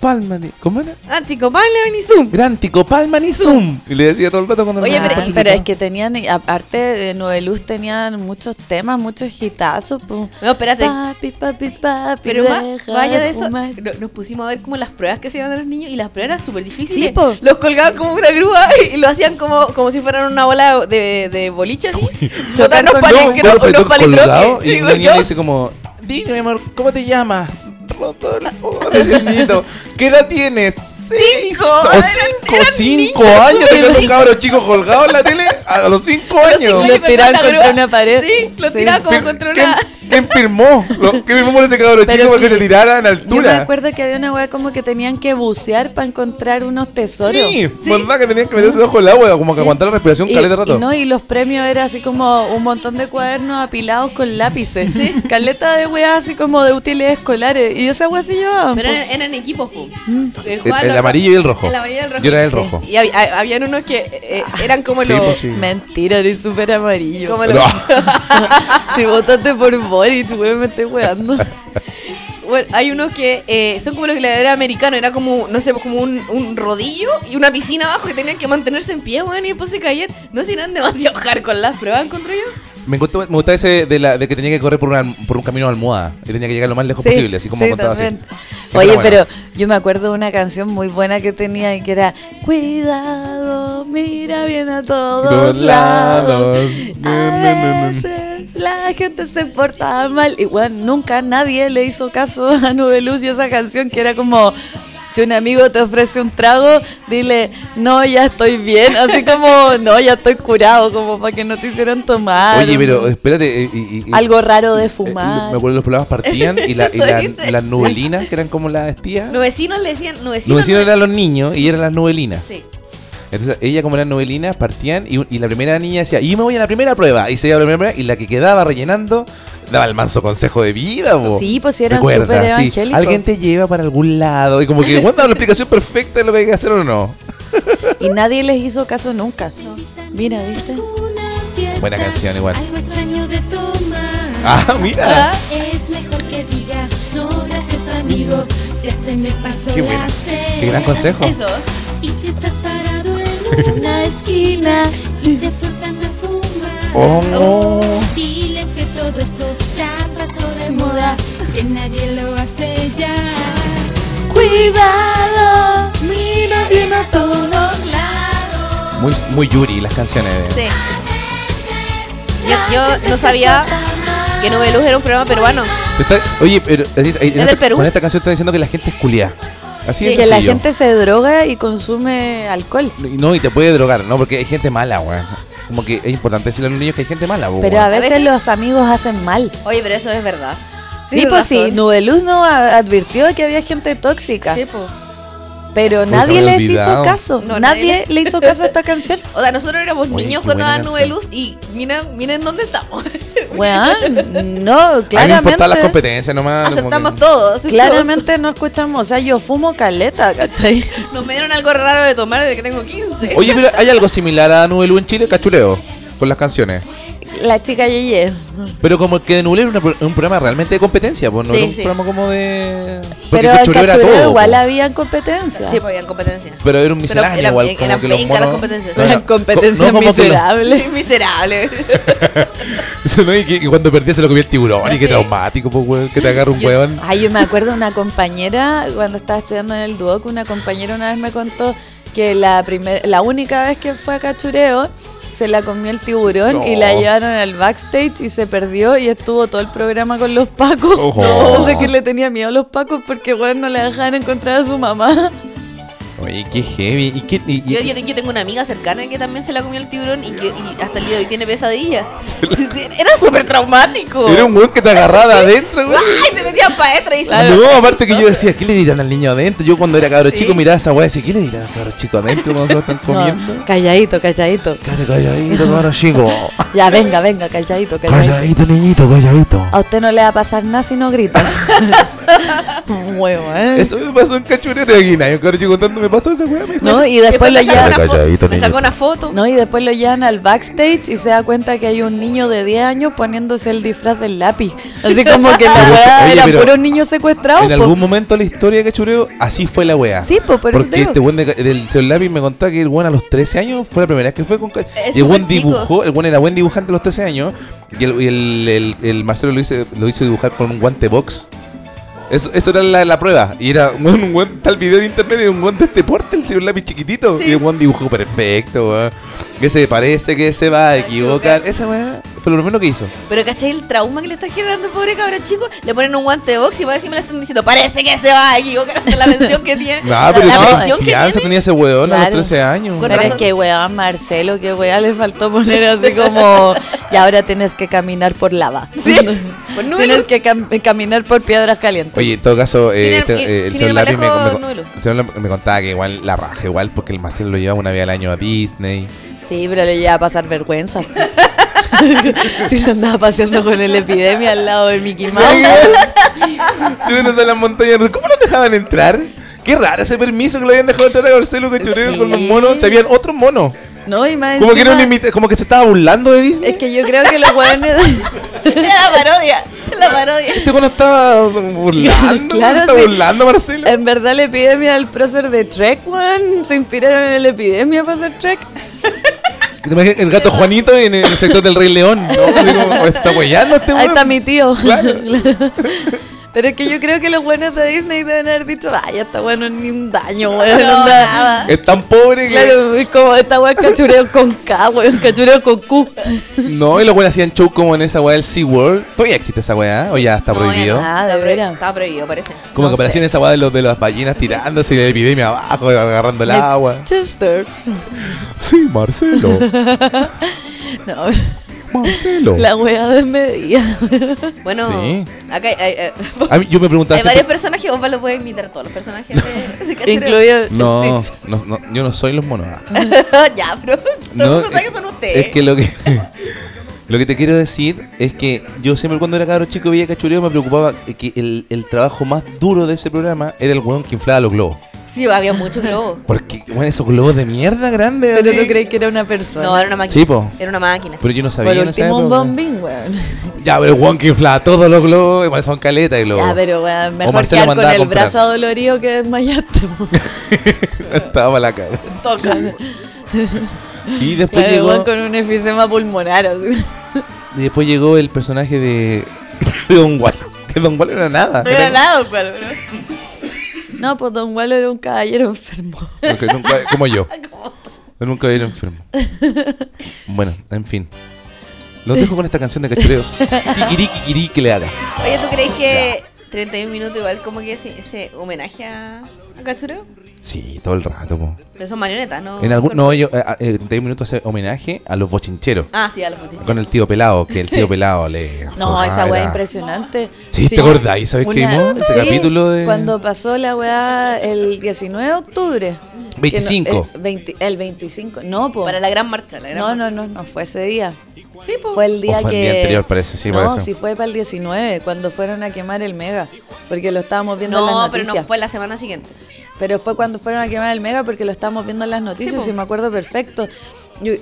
Palmani. ¿Cómo era? Anticopable y Zoom. Gran Tico Palmani Zoom. Y le decía todo el rato cuando Oye, me pero- participaba. Pero es que tenían, y aparte de Noveluz, tenían muchos temas, muchos hitazos. po. No, espérate. Papi, papi, papi. Pero más, deja vaya de eso, fumar. no- nos pusimos a ver como las pruebas que hacían a los niños y las pruebas eran súper difíciles. Sí, po. Los colgaban como una grúa y lo hacían como, como si fueran una bola de, de boliche así. Botar unos con- No, palin- bueno, pero unos todo palindroques. colgado y Sí, una niña colgado. dice como, dime mi amor, ¿cómo te llamas? Rodolfo, decía el niño. ¿Qué edad tienes? Seis o Eran- cinco, eran cinco niños, años. Tenía súper un cabro chico colgado en la tele a los cinco años. Oye, Lo pero tiraban con la contra grúa. una pared. Sí, lo Sí. tiraban como Fir- contra ¿Quién, una... quién firmó? Lo- ¿Quién firmó ese cabro Pero chico para que sí, se tirara en Yo me altura? acuerdo que había una weá como que tenían que bucear para encontrar unos tesoros. Sí, verdad que tenían que meterse debajo del agua, como que aguantar la respiración Y- caleta de rato. Y no, y los premios era así como un montón de cuadernos apilados con lápices. Caleta de weas así como de útiles escolares. Y esa wea se llevaba. Pero eran, eran equipos, po. Eh, El, jugaban el los- amarillo y el rojo. El amarillo y el rojo. Yo era el Sí. rojo. Y hab- hab- habían unos que eh, eran como Sí, los... pues sí. Mentira, eres súper amarillo. como los- No. si votaste por Boris, weón, me estoy weando. Bueno, hay unos que eh, son como los gladiadores americanos, era como, no sé, pues como un, un rodillo y una piscina abajo que tenían que mantenerse en pie, weón, y después se caían. No sé si eran demasiado hardcore las pruebas contra ellos. Me gustó, me gustaba ese de, la, de que tenía que correr por, una, por un camino de almohada. Y tenía que llegar lo más lejos Sí, posible, así como sí, contaba así. también. Eso Oye, era bueno. pero yo me acuerdo de una canción muy buena que tenía y que era Cuidado, mira bien a todos Todos lados. lados. mm, A veces la gente se porta mal. Y bueno, nunca nadie le hizo caso a Nubeluz y esa canción que era como. Si un amigo te ofrece un trago, dile, no, ya estoy bien. Así como, no, ya estoy curado, como para que no te hicieron tomar. Oye, pero espérate. eh, y- y- y- Algo raro eh, de eh, fumar. me acuerdo los programas partían y, la, y Eso la- dice. las nubelinas, que eran como las tías. Nubecinos le decían, nubecinos. Nubecinos eran los niños y eran las nubelinas. Sí. Entonces, ella como eran novelinas, partían y, y la primera niña decía, y yo me voy a la primera prueba. Y se iba a la primera prueba y la que quedaba rellenando daba el manso consejo de vida, po. Sí, pues, si eran Recuerda, súper sí, evangélicos. Alguien te lleva para algún lado y como que, bueno, la explicación perfecta de lo que hay que hacer o no. Y nadie les hizo caso nunca. Mira, ¿viste? Buena canción igual. Algo extraño de tomar. Ah, mira. Es mejor que digas, no gracias amigo, ya se me pasó Qué bueno. la sed. Qué gran consejo. Eso. Y si estás parado en una esquina y te forzan a fumar. Oh. Diles que todo eso ya pasó de moda, que nadie lo hace ya. Cuidado, mira bien a todos lados. Muy, muy Yuri las canciones. Sí. Yo, La gente yo no se sabía porta mal. que Nubeluz era un programa peruano. Pero está- oye, pero en esta- en del esta- Perú. con esta canción están diciendo que la gente es culiada. Así Y es. que la gente se droga y consume alcohol. No, y te puede drogar, ¿no? Porque hay gente mala, weón. Como que es importante decirle a los niños que hay gente mala, po, Pero weón. a veces, veces- los amigos hacen mal. Oye, pero eso es verdad. Sí, Tienes pues sí, razón. Nubeluz no a- advirtió que había gente tóxica, Sí, pues. pero se me nadie había les hizo olvidado. caso. No, nadie nadie- le hizo caso a esta canción. O sea, nosotros éramos Oye, niños qué cuando buena daban canción. Nubeluz y miren, miren dónde estamos. Weón, no, A mí me claramente. importaban las competencias nomás. como que- Aceptamos todo. aceptamos Claramente no escuchamos. O sea, yo fumo caleta, ¿cachai? todo. Nos me dieron algo raro de tomar desde que tengo 15. Oye, pero hay algo similar a Nubelú en Chile, cachureo, con las canciones. La chica Yeye. Pero como que Nubelú era un, un programa realmente de competencia, pues no Sí, era un sí. programa como de. Porque Pero el cachureo era cachureo todo, igual po. había competencia. Sí, pues habían competencia. Pero era un Pero miserable eran- igual. eran como que los pencas las monos- competencias. No, no, Eran co- competencias no como que los- miserables. Miserable. no, y, que, y cuando perdía se lo comía el tiburón. Y qué traumático, pues, weón, que te agarra un hueón. Ay, yo me acuerdo una compañera, cuando estaba estudiando en el Duoc, una compañera una vez me contó que la primer, la única vez que fue a Cachureo, se la comió el tiburón No. y la llevaron al backstage y se perdió y estuvo todo el programa con los pacos. Ojo. No sé que le tenía miedo a los pacos porque, bueno, no le dejaban encontrar a su mamá. Oye, qué heavy. ¿Y qué, y- y- Yo, yo te- yo tengo una amiga cercana que también se la comió el tiburón y, que, y hasta el día de hoy tiene pesadillas. Era súper traumático. Era un hueón que te agarraba de adentro, weón. ¡Ay! Se metían para adentro y se... No, aparte que yo decía, ¿qué le dirán al niño adentro? Yo cuando era cabro chico miraba a esa weá y decía, ¿qué le dirán al cabro chico adentro cuando se lo están comiendo? No, calladito, calladito. Cállate, calladito, cabro chico. Ya, venga, venga, calladito, calladito. Calladito, niñito, calladito. A usted no le va a pasar nada si no grita. Muy bueno. Eso me pasó en cachurete aquí, nadie, un cabro chico contándome me pasó esa weá, me dijo. No, y después lo me sacó llevan. una foto- Calladito, Me niño. sacó una foto. No, y después lo llevan al backstage y se da cuenta que hay un niño de 10 años poniéndose el disfraz del lápiz. Así como que la Pero, weá oye, era pero puro niño secuestrado. En algún momento de la historia de Cachureo, así fue la weá. Sí, pues, por eso te Porque digo. este buen de- del Señor Lápiz me contaba que el buen a los 13 años fue la primera vez que fue con Cach- Es Y el buen súper chico. dibujó, el buen era buen dibujante a los 13 años. Y el, y el- el- el Marcelo lo hizo, lo hizo dibujar con un guante box. Eso, eso era la, la prueba. Y era un, un buen tal video de internet de un buen de este porte, el señor lápiz chiquitito. Sí. Y el buen dibujó perfecto, weón. Que se parece que se va a equivocar. Esa weá fue lo primero que hizo. Pero ¿cachai el trauma que le está generando, pobre cabrón chico? Le ponen un guante de box y va encima le están diciendo, parece que se va a equivocar de la mención que tiene. No, Ah, pero la qué presión que confianza tiene. tenía ese weón a Claro. los 13 años. Con Pero es razón. que weá, Marcelo, que weá le faltó poner así como. Y ahora tienes que caminar por lava. Sí, por Tienes números. que cam- caminar por piedras calientes. Oye, en todo caso, eh, Sin ir- este, em- ir- eh, el sin señor ir Lápiz me, más lejos, me- Nulo. el señor Lápiz me contaba que igual la raja, igual porque el Marcelo lo lleva una vez al año a Disney. Sí, pero le iba a pasar vergüenza. Si lo andaba paseando con el epidemia al lado de Mickey Mouse. Subiéndose a las montañas, ¿cómo lo dejaban entrar? Qué raro ese permiso que lo habían dejado entrar a Marcelo Cachureo Sí. con los monos. Se habían otros monos. No, y más Como que, era un encima- imita- como que se estaba burlando de Disney. Es que yo creo que los weones. la parodia, la parodia. Este cono estaba burlando. Claro, se está sí. Eh, burlando Marcelo. En verdad, la epidemia del prócer de Trek, weón. Se inspiraron en la epidemia para hacer Trek. ¿Te imaginas el gato Juanito en el sector del Rey León? ¿no? Así como, está huellando este Ahí weón. está mi tío. Claro. Pero es que yo creo que los buenos de Disney deben haber dicho, ay, está bueno ni un daño, weón. No, onda". nada. Es tan pobre que. Claro, es como esta weón cachureo con K, weón, cachureo con Q. No, y los weones hacían show como en esa weá del SeaWorld. ¿Todavía existe esa weá? ¿O ya está No, ya prohibido? no, Ah, de está, pro- veras. está prohibido, parece. como no que aparecían esa weá de, los, de las ballenas tirándose y la epidemia abajo, agarrando el agua. Chester. Sí, Marcelo. No, Marcelo. la weá desmedida. Bueno, Sí. Ah, acá hay, hay- eh, hay- A mí, yo me preguntaba hay siempre- varios personajes, Osvaldo puede imitar todos los personajes de, de Cachureo. Incluye. No, no, no, yo no soy los monos. ya, pero No, eh, todos los personajes son ustedes. Es que lo que. Lo que te quiero decir es que yo siempre cuando era cabro chico veía cachureo me preocupaba que el, el trabajo más duro de ese programa era el weón que inflaba los globos. Sí, había muchos globos. Porque, bueno, esos globos de mierda grandes. Pero así. no creí que era una persona. No, era una máquina. Sí, po. Era una máquina. Pero yo no sabía. Por en esa último, un época. bombín, weón. Ya, pero Juan que infla todos los globos, igual son caleta de globos. Ya, pero weón, mejor Marcelo quedar con mandaba a el comprar. brazo adolorido que desmayarte. weón. Estaba la caga. Toca. Y después Claro, llegó. weón, con un efisema pulmonar. así. y después llegó el personaje de, de Don Wall. Que Don Wall era nada. No era nada, cual, No, pues Don Wallo era un caballero enfermo. Porque nunca- como yo. Yo nunca era enfermo. Bueno, en fin. Los dejo con esta canción de cachureos. Kikiri, kikiri, que le haga. Oye, ¿tú crees que 31 minutos igual como que se, se homenaje a, a Katsureo? Sí, todo el rato. po. Pero son marionetas, ¿no? En algún. No, yo. eh, eh, 31 minutos hace homenaje a los bochincheros. Ah, sí, a los muchachos. Con el tío pelado, que el tío pelado le. No, esa weá es impresionante. impresionante. Sí, ¿te acordás? ¿Y sabes qué vimos? Ese sí, capítulo de- Cuando pasó la weá el 19 de octubre. Que 25. no- eh, 20 el 25. No, po. Para la gran marcha, la gran No, marcha. no, no, no fue ese día. Sí, pues. Fue el día O fue el que. día anterior, parece, sí, No, parece. sí fue para el 19, cuando fueron a quemar el Mega. Porque lo estábamos viendo en las No, pero noticias. no fue la semana siguiente. Pero fue cuando fueron a quemar el mega porque lo estábamos viendo en las noticias po. y me acuerdo perfecto.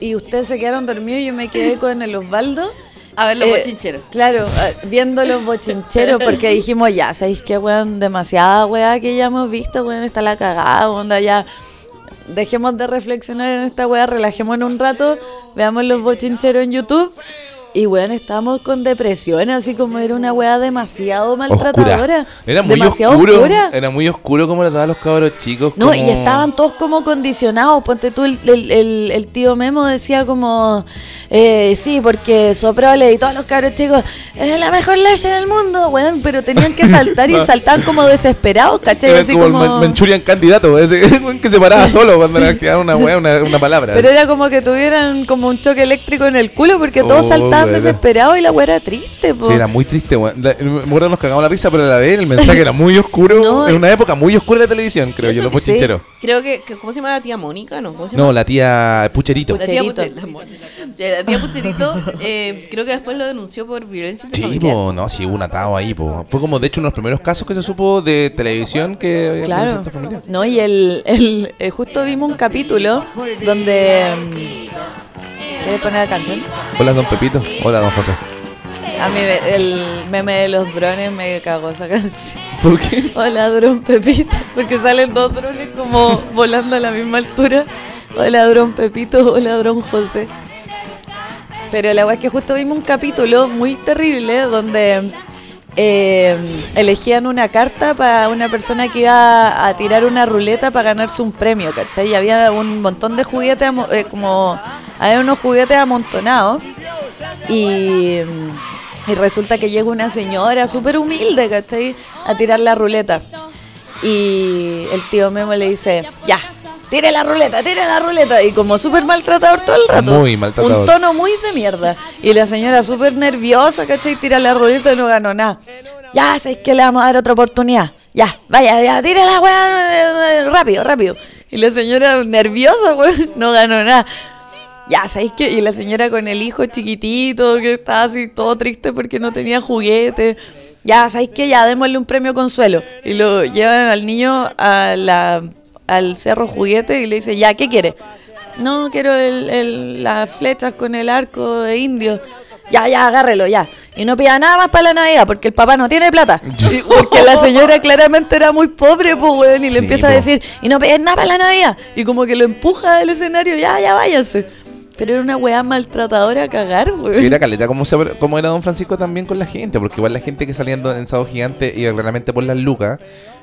Y, y ustedes se quedaron dormidos y yo me quedé con el Osvaldo. A Eh, ver los bochincheros. Claro, a- viendo los bochincheros porque dijimos, ya, ¿sabéis qué, weón? Demasiada weá que ya hemos visto, weón, está la cagada, onda, ya. Dejemos de reflexionar en esta weá, relajémonos un rato, veamos los bochincheros en YouTube. Y weón, estábamos con depresión, así como era una weá demasiado maltratadora. Oscura. Era muy demasiado oscuro. oscura. Era muy oscuro como lo daban los cabros chicos. No, y como- estaban todos como condicionados. Ponte tú, el, el- el- el tío Memo decía como, eh, sí, porque Soprole y todos los cabros chicos, es la mejor leche del mundo, weón, pero tenían que saltar y saltaban como desesperados, ¿cachai? Era Así como, el como- Man- Manchurian candidato, ese güey que se paraba solo cuando le activaban una, wea, una, una palabra. Pero era como que tuvieran como un choque eléctrico en el culo porque todos Oh, saltaban weón weón. desesperado y la weá era triste, po. Sí, era muy triste, weón. La- Me acuerdo nos cagamos la risa, pero a la vez el mensaje era muy oscuro. No, en y- una época muy oscura de la televisión, creo yo, Yo los que sí. bochincheros. Creo que, que- ¿Cómo se llama la tía Mónica? No, ¿cómo se llama? No, la tía Pucherito. La tía Pucherito. Puche- la mo- La tía Pucherito, eh, creo que después lo denunció por violencia Sí, intrafamiliar. po, no, sí, hubo un atado ahí, po. Fue como, de hecho, uno de los primeros casos que se supo de televisión que había Claro. violencia intrafamiliar. No, y el, el- eh, justo vimos un capítulo donde. mm, ¿Quieres poner la canción? Hola, don Pepito. Hola, don José. A mí me- el meme de los drones me cagó esa canción. ¿Por qué? Hola, dron Pepito. Porque salen dos drones como volando a la misma altura. Hola, dron Pepito. Hola, dron José. Pero la verdad es que justo vimos un capítulo muy terrible donde eh, elegían una carta para una persona que iba a tirar una ruleta para ganarse un premio, ¿cachai? Y había un montón de juguetes, amo- eh, como. Había unos juguetes amontonados. Y, y resulta que llega una señora súper humilde, ¿cachai? A tirar la ruleta. Y el tío Memo le dice, ya, tire la ruleta, tire la ruleta. Y como súper maltratador todo el rato. Muy maltratador. Un tono muy de mierda. Y la señora súper nerviosa, ¿cachai? Tira la ruleta y no ganó nada. Ya, sé que le vamos a dar otra oportunidad. Ya, vaya, ya, tira la weá, eh, eh, rápido, rápido. Y la señora nerviosa, weón, no ganó nada. Ya, ¿sabéis qué? Y la señora con el hijo chiquitito, que estaba así todo triste porque no tenía juguete. Ya, ¿sabéis qué? Ya, démosle un premio consuelo. Y lo llevan al niño a la, al cerro juguete y le dice, ya, ¿qué quiere? No, quiero el- el- las flechas con el arco de indio. Ya, ya, agárrelo, ya. Y no pida nada más para la Navidad porque el papá no tiene plata. Y- Porque la señora claramente era muy pobre, pues, weón. Y Sí, le empieza a po. decir, y no pedían nada para la Navidad. Y como que lo empuja del escenario, ya, ya váyanse. Pero era una weá maltratadora a cagar, weón. Era caleta como, se- como era don Francisco también con la gente, porque igual la gente que salía en Don- en Sábado Gigante iba claramente por las lucas,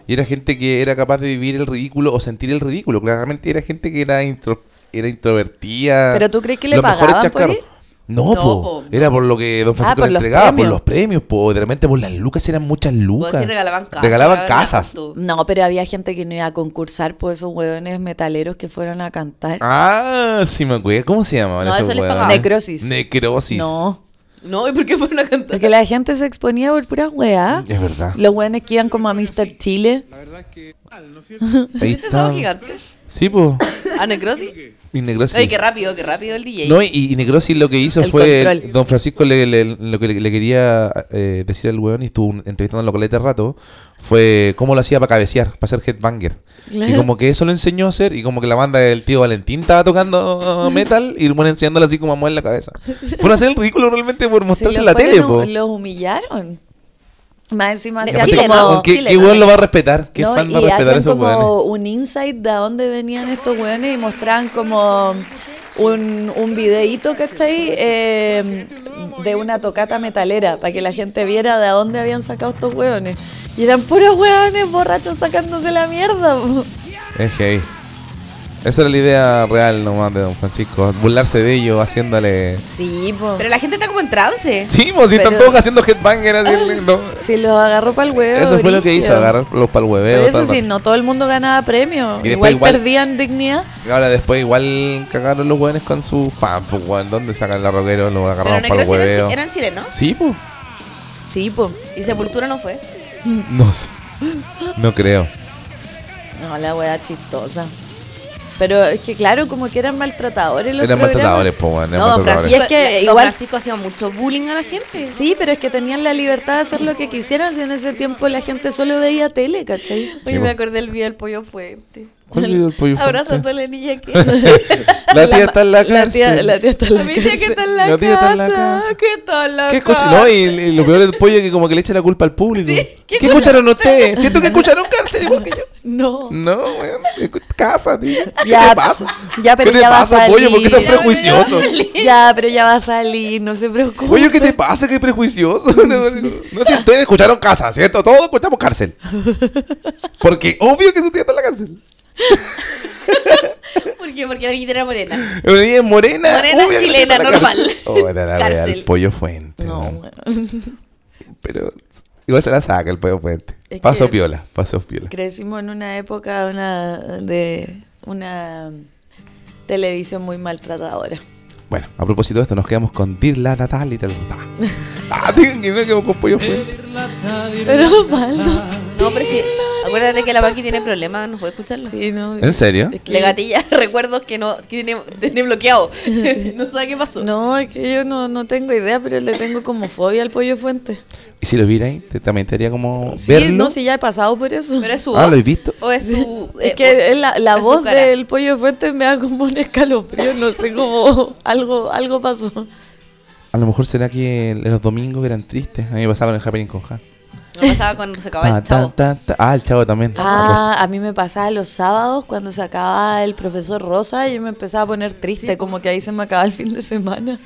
y era gente que era capaz de vivir el ridículo o sentir el ridículo. Claramente era gente que era, intro- era introvertida. ¿Pero tú crees que le Los mejores pagaban por chascarros. ir? No, No, po. po. era por lo que don Francisco por le los entregaba, por premios. los premios, po. De repente por las lucas eran muchas Puedo lucas. decir, Pues regalaban casas. Regalaban casas. autos. No, pero había gente que no iba a concursar por esos weones metaleros que fueron a cantar. Ah, sí me acuerdo. ¿Cómo se llamaban No, esos eso les hueones? pagaban. Necrosis. Necrosis. No, No, ¿y por qué fueron a cantar? porque la gente se exponía por puras weá. Es verdad. Los weones que iban como a Mr. Chile. Ahí ¿Viste Sábado está. Gigante? Ah, Sí, po. ¿A Necrosis? Y Necrosis. Oye, qué rápido, qué rápido el DJ. No, y, y Necrosis lo que hizo El fue. el- control. don Francisco le, le- lo que le, le quería eh, decir al weón y estuvo un- entrevistándolo con de rato. Fue cómo lo hacía para cabecear, para ser headbanger. Y Claro. como que eso lo enseñó a hacer. Y como que la banda del tío Valentín estaba tocando metal y el weón enseñándolo así como a mover la cabeza. Fueron a hacer el ridículo realmente por Sí, mostrarse los en la tele, weones po. Los humillaron. Más encima De Y aparte, hacían Chile, como- ¿no? ¿Qué, Chile, qué ¿no? weón lo va a respetar? ¿Qué No, fan y va a respetar a hacían esos como weones? un insight de a dónde venían estos weones y mostraban como un, un videíto, ¿cachai? Eh, de una tocata metalera, para que la gente viera de a dónde habían sacado estos weones. Y eran puros weones borrachos sacándose la mierda. po. Es heavy. Esa era la idea real nomás de Don Francisco. Burlarse de ellos haciéndole. Sí, po. Pero la gente está como en trance. Sí, pues si están Pero- todos haciendo headbanger así. no. Si los agarró para el huevo. Eso fue lo que brígido. hizo, agarrar los pal Pero eso sí, no todo el mundo ganaba premio. Y después Igual, igual- perdían dignidad. Ahora después igual cagaron los hueones con su fan, pues weón, ¿dónde sacan los rockeros? Los Pero agarraron para el Necrosis eran, hueveo. chi- eran chilenos. Sí, pues. Sí, po. Y Sepultura no fue. No sé. No creo. No, la wea chistosa. Pero es que claro, como que eran maltratadores los Eran programas. maltratadores, pues weón. No, Eran don maltratadores. Francisco, Y es que don igual- Francisco hacía mucho bullying a la gente. Sí, pero es que tenían la libertad de hacer lo que quisieran si en ese tiempo la gente solo veía tele, ¿cachai? Sí, Oye, po. me acordé del video del pollo fuente. ¿Cuál video del pollo fuente? Abrazando a la niña que. La tía está en la La tía, cárcel. la tía está en A la mi tía que cárcel. está en la, La tía está en la casa. casa. ¿Qué tal la ¿Qué escucha? casa? No, y, y lo peor del pollo es que como que le echa la culpa al público. ¿Qué, escucharon ustedes? Siento que escucharon cárcel igual que yo. No. No, weón. Casa, tío. ¿Qué Ya, te pasa? ya, pero ¿Qué te ya va a pasa, pollo? ¿Por qué tan salir. prejuicioso? Ya, pero ya va a salir, no se preocupe. Pollo, ¿qué te pasa? ¿Qué prejuicioso? No, no sé, ustedes escucharon casa, ¿cierto? Todos escuchamos cárcel. Porque obvio que su tía está en la cárcel. ¿Por qué? Porque la niña era morena. Una niña es morena. Morena obvio que chilena, está en la normal. cárcel. Oh, era la Cárcel. wea, el pollo fuente. No, ¿no? weón. Pero igual se la saca el pollo fuente. Es Pasó que- piola, pasó piola. Crecimos en una época una, de una televisión muy maltratadora. Bueno, a propósito de esto, nos quedamos con Dirla Natal y tal. Ah, digan que nos quedamos con pollo fue. Pero Osvaldo. No, pero sí. Acuérdate que la Paqui tiene problemas, no puede escucharlo. Sí, no. ¿En serio? es que- Le gatilla recuerdos que no que tiene, tiene bloqueado. no sabe qué pasó. No, es que yo no, no tengo idea, pero le tengo como fobia al pollo fuente. Y si lo viera ahí, te- también te haría como Sí, verlo. no, si ya he pasado por eso. Pero es su Ah, voz. ¿lo has visto? O es su. es eh, que o- es la, la es su voz cara. del pollo fuente me da como un escalofrío, no sé cómo algo, algo pasó. A lo mejor será que el- los domingos eran tristes. A mí me pasaba con el Happening con Ja. No pasaba cuando se acababa Ta, el chavo. ta, ta, ta. Ah, el chavo también. Ah, a mí me pasaba los sábados cuando se acababa el profesor Rosa y yo me empezaba a poner triste, como que ahí se me acababa el fin de semana.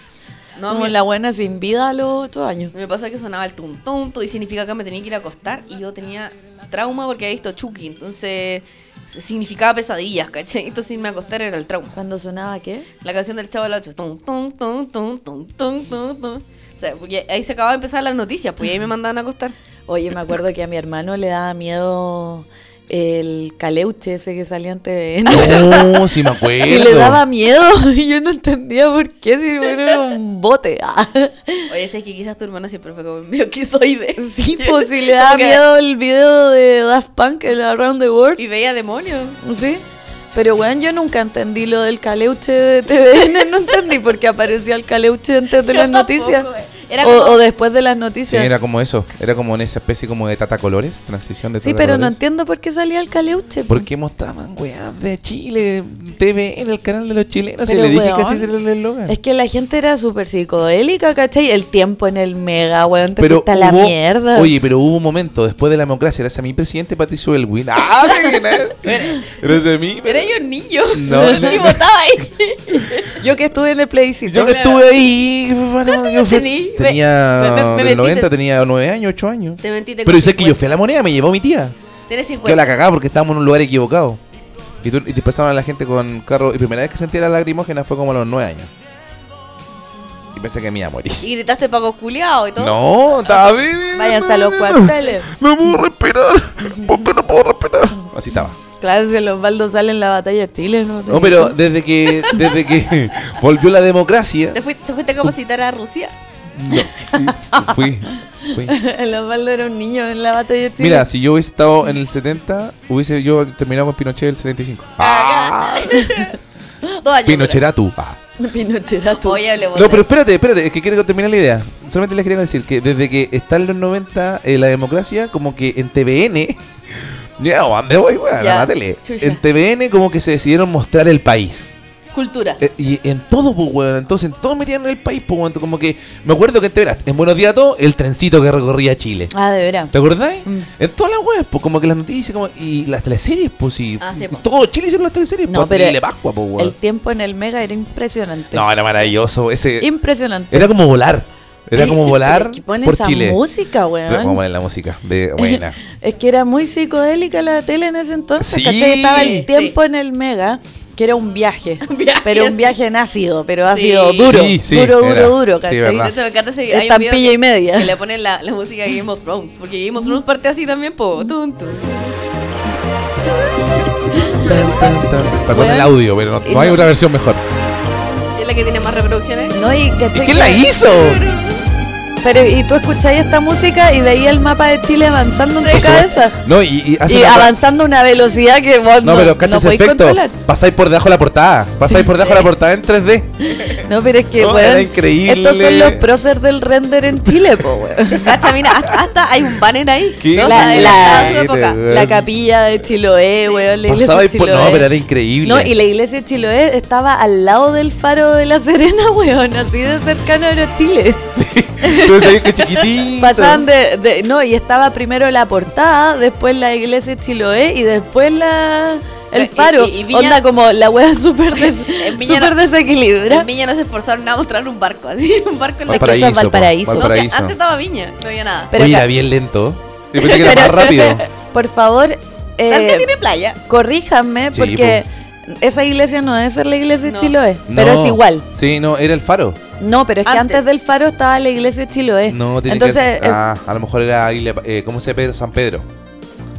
No, como mira. la buena sin vida a los ocho años. Me pasa que sonaba el tum tonto y significa que me tenía que ir a acostar y yo tenía trauma porque había visto Chucky, entonces se- significaba pesadillas, ¿cachai? Entonces irme a acostar era el trauma. ¿Cuándo sonaba qué? La canción del Chavo del Ocho. Tum, tum, tum, tum, tum, tum, tum, tum. O sea, porque ahí se acababa de empezar las noticias, pues y ahí me mandaban a acostar. Oye, me acuerdo que a mi hermano le daba miedo el caleuche ese que salía en TVN. No, Oh, sí me acuerdo. Y le daba miedo y yo no entendía por qué, si bueno, era un bote. Ah. Oye, sé que quizás tu hermano siempre fue como medio quizoide. Sí, pues si le daba Como que- miedo el video de Daft Punk, el Around the World. Y veía demonios. ¿Sí? Pero bueno, yo nunca entendí lo del caleuche de TVN, no entendí por qué aparecía el caleuche antes de Yo las tampoco, noticias. era o, como- o después de las Sí, noticias. era como eso. Era como en esa especie como de tata colores, transición de Sí, Tata pero no Colores. entiendo por qué salía el caleuche. po. ¿Por qué mostraban weas de Chile, TV en el canal de los chilenos? Pero, y le dije weón, que así era el eslogan. Es que la gente era súper psicodélica, ¿cachai? El tiempo en el mega, weón, te pero fuiste a la hubo- mierda. Oye, pero hubo un momento después de la democracia, gracias a mi presidente Patricio Elwin. ¡Ah! ¿de quién es? Gracias a mí. Era yo un niño. No, no, y no. votaba ahí. yo que estuve en el plebiscito. Yo que estuve ahí. bueno, yo fui- tení? Me- me- Tenía. me- me del 90 metiste- tenía 9 años, 8 años. Te mentiste Pero con sé que yo 50. fui a la moneda, me llevó mi tía. Tienes Yo 50. la cagaba porque estábamos en un lugar equivocado. Y, tú, y dispersaban a la gente con carro. Y primera vez que sentí la lagrimógena fue como a los 9 años. Y pensé que me iba a morir. Y gritaste Paco Culeado y todo. No, David. Váyanse a los cuarteles. No puedo respirar. Porque no puedo respirar. Así estaba. Claro, si el Osvaldo sale en la batalla de Chile, ¿no? No, pero desde que desde que volvió la democracia, ¿Te fuiste, te fuiste a capacitar a Rusia? no, fui, fui. el Osvaldo era un niño en la batalla de Chile. Mira, si yo hubiese estado en el 70, hubiese yo terminado con Pinochet el 75. Ah, Dos años. Pinocheratu. Ah. Pinochetatu. Oye, hablemos No, de- pero espérate, espérate, es que quiero terminar la idea. Solamente les quería decir que desde que está en los 90 eh, la democracia, como que en TVN. Ya, ¿a ¿dónde voy, weón? A Ya, la tele. chucha. En TVN, como que se decidieron mostrar el país. Cultura. Eh, y en todo, pues, weón. Entonces, en todo metían en el país, pues, weón. Como que me acuerdo que en TVN, en Buenos Días a Todos, el trencito que recorría Chile. Ah, de veras. ¿Te acordáis? En todas las webs, pues como que las noticias como, y las teleseries, pues sí. Ah, sí, po. todo Chile hicieron las teleseries, No, pues pero pero de Pascua, pues weón. El tiempo en el mega era impresionante. No, era maravilloso. Ese, Impresionante. era como volar. Era Sí, como pero volar que pone por esa Chile. música, weón. Pero Vamos a poner la música. De, buena. Es que era muy psicodélica la tele en ese entonces, Sí. ¿cachai? Estaba Sí. el tiempo en el mega, que era un viaje. Un viaje, pero un sí. viaje en ácido, pero Sí. ácido duro. Sí, sí, duro, era. duro, duro, Sí, ¿cachai? verdad. Esto me encanta ese- hay un Estampilla video que- y media. Que le ponen la, la música de Game of Thrones. Porque Game of Thrones parte así también, po. Tun, tun. Tan, tan, tan. Perdón Weón. el audio, pero no, Y no hay no- otra versión mejor. Y Es la que tiene más reproducciones. no, y ¿cachai? ¿Y quién la Que- hizo? Pero y tú escucháis esta música y veías el mapa de Chile avanzando en Por tu supuesto. cabeza. No, y, y hace Y una- avanzando a una velocidad que vos No, no, pero no cachas podéis efecto. controlar. Pasáis por debajo de la portada. Pasáis por debajo de la portada en 3D. No, pero es que, No, weón, era increíble. estos son los próceres del render en Chile, po, weón. Cacha, mira, hasta, hasta hay un banner ahí. Qué ¿no? La- de la- de su época. Weón. La capilla de Chiloé, weón, la iglesia Pasaba de y por. Chiloé. No, pero era increíble. No, y la iglesia de Chiloé estaba al lado del faro de La Serena, weón, así de cercano era Chile. Entonces ahí que chiquitito. Pasaban de, de- No, y estaba primero la portada, después la iglesia de Chiloé y después la... El Eh, Y- faro. y- y Viña- Onda como la weá súper des- En Viña súper no- desequilibrada. En Viña no se esforzaron a mostrar un barco así. Un barco en la Es que eso Valparaíso. es po, Valparaíso. No, o sea, Valparaíso. antes estaba Viña, no había nada. Pero Oye, acá- era bien lento. Yo pensé que era más rápido. Por favor, eh, Talca tiene playa. corríjanme Sí, porque esa iglesia no debe ser la iglesia de No. Chiloé, pero No. es igual. Sí, no, era el faro. No, pero es que Antes. antes del faro estaba la iglesia de Chiloé. No, tiene Entonces, que eh, Ah, a lo mejor era Isla- eh, ¿cómo se llama? Pedro? San Pedro.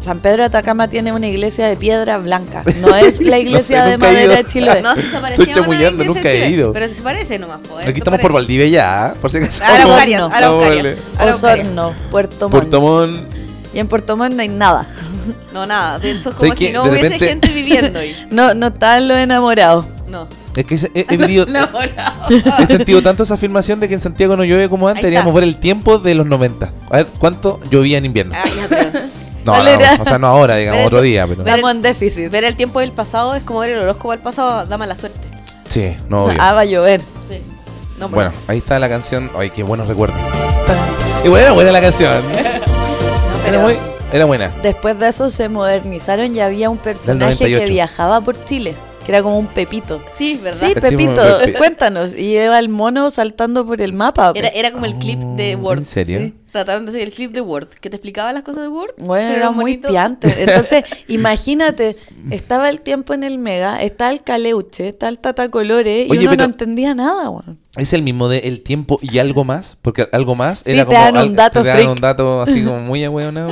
San Pedro de Atacama tiene una iglesia de piedra blanca. No es la iglesia sé, de nunca he ido. madera de Chiloé. No, si se parecía Estoy chamullando, a una iglesia nunca de he Chile, ido. Pero si se parece nomás, pues. Aquí estamos por Valdivia ya, ¿eh? por si acaso. Araucarias, No, Araucarias. vale. Araucarias. Osorno, Puerto Montt. Puerto Montt. Y en Puerto Montt no hay nada. No, nada. De hecho, es ¿Sabes como si qué? no De hubiese repente- gente viviendo ahí. No, no están los enamorados. No. Es que eh, he, he vivido- No, he sentido tanto esa afirmación de que en Santiago no llueve como antes. Ahí está. Deberíamos ver el tiempo de los 90. A ver cuánto llovía en invierno. Ah, ya, pero No, ¿Cuál era? no, o sea, no ahora, digamos, Pero- otro día, pero. Ver- Estamos en déficit. Ver el tiempo del pasado es como ver el horóscopo del pasado, da mala suerte. Sí, no, obvio. Ah, va a llover. No, Bueno, ahí está la canción. Ay, qué buenos recuerdos. Igual era buena la canción. Era, pero- muy, era buena. Después de eso se modernizaron y había un personaje que 98. viajaba por Chile, que era como un Pepito. Sí, ¿verdad? Sí, tipo Pepito, Este Pepe. cuéntanos. Y lleva el mono saltando por el mapa. Era, era como el clip de Oh, Word. ¿en serio? sí. Trataron de hacer el clip de Word, que te explicaba las cosas de Word. Bueno, pero era muy bonito. piante. Entonces, imagínate, estaba el tiempo en el Mega, está el Caleuche, está el Tata Colores, y Oye, uno pero- no entendía nada, weón. Es el mismo de el tiempo y algo más, porque algo más Sí, era te como dan un al- dato te dan freak. un dato así como muy ahueonado.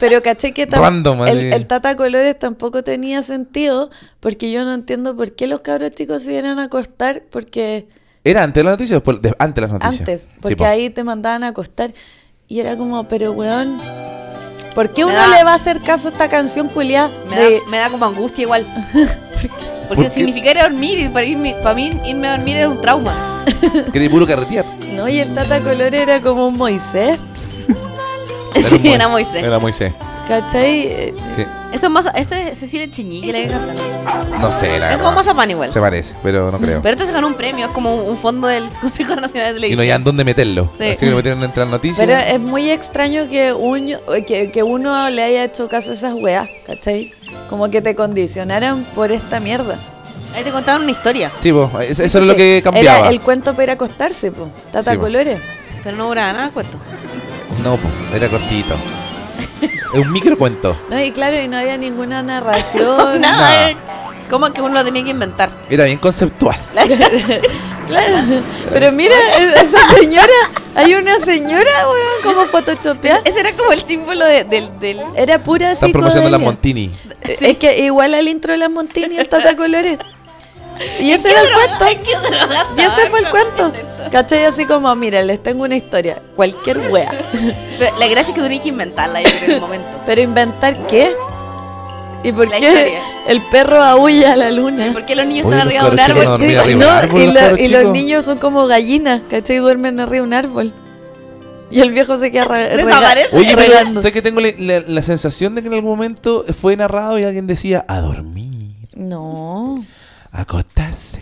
Pero caché que tam- Random, así. el, el Tata Colores tampoco tenía sentido, porque yo no entiendo por qué los cabros chicos se vienen a acostar, porque ¿Era antes de las noticias o después? de- antes de las noticias. antes, Sí, porque po. ahí te mandaban a acostar. Y era como, pero weón, ¿por qué uno da- le va a hacer caso a esta canción culiada? Me da, me da como angustia igual. Porque ¿Por qué? significa ir a dormir y para, irme, para mí irme a dormir era un trauma. Que de puro carretear. No, y el Tata Colores era como un Moisés, Sí, Mo- era Moisés. Era Moisés. ¿cachai? Eh, Sí. Esto es más. Esto es Cecilia Cheñi que la que canta. No sé, la Es como verdad. Mazapán igual. Se parece, pero no creo. Pero esto se ganó un premio, es como un fondo del Consejo Nacional de y no Televisión. hayan dónde meterlo. Sí. Así que lo metieron entre las noticias. Pero es muy extraño que, uno que, que uno le haya hecho caso a esas weas, ¿cachai? Como que te condicionaran por esta mierda. Ahí te contaban una historia, Sí, po, eso, eso era lo que eh, Era cambiaba. el cuento para ir a acostarse, po. Tata Sí, po. Colores. pero no duraba nada el cuento. No, po, era cortito. Es un micro cuento. No, y claro, y no había ninguna narración. Nada. ¿Cómo que uno lo tenía que inventar? Era bien conceptual. Claro. Pero mira, e- esa señora, hay una señora, weón, como photoshopeada. Ese era como el símbolo de- del. del Era pura Están promocionando la psicodelia. Montini. Eh, Es que igual al intro de las Montini, el Tata Colores. Y ese era el cuento. Y ese fue el cuento. ¿Cachai? Así como, mira, les tengo una historia. Cualquier wea. Pero la gracia es que tenía que inventarla yo creo, en el momento. Pero inventar qué? ¿Y por La qué historia. el perro aúlla a la luna? ¿Por qué los niños Oye, están arriba de un claro, árbol? chicos, dormir arriba no, de un árbol, y, los la- cabros y los chicos. niños son como gallinas, ¿cachai? Duermen arriba de un árbol. Y el viejo se queda re- rega- Desaparece. Oye, pero regando. sé que tengo la, la- la sensación de que en algún momento fue narrado y alguien decía a dormir, No, acostarse.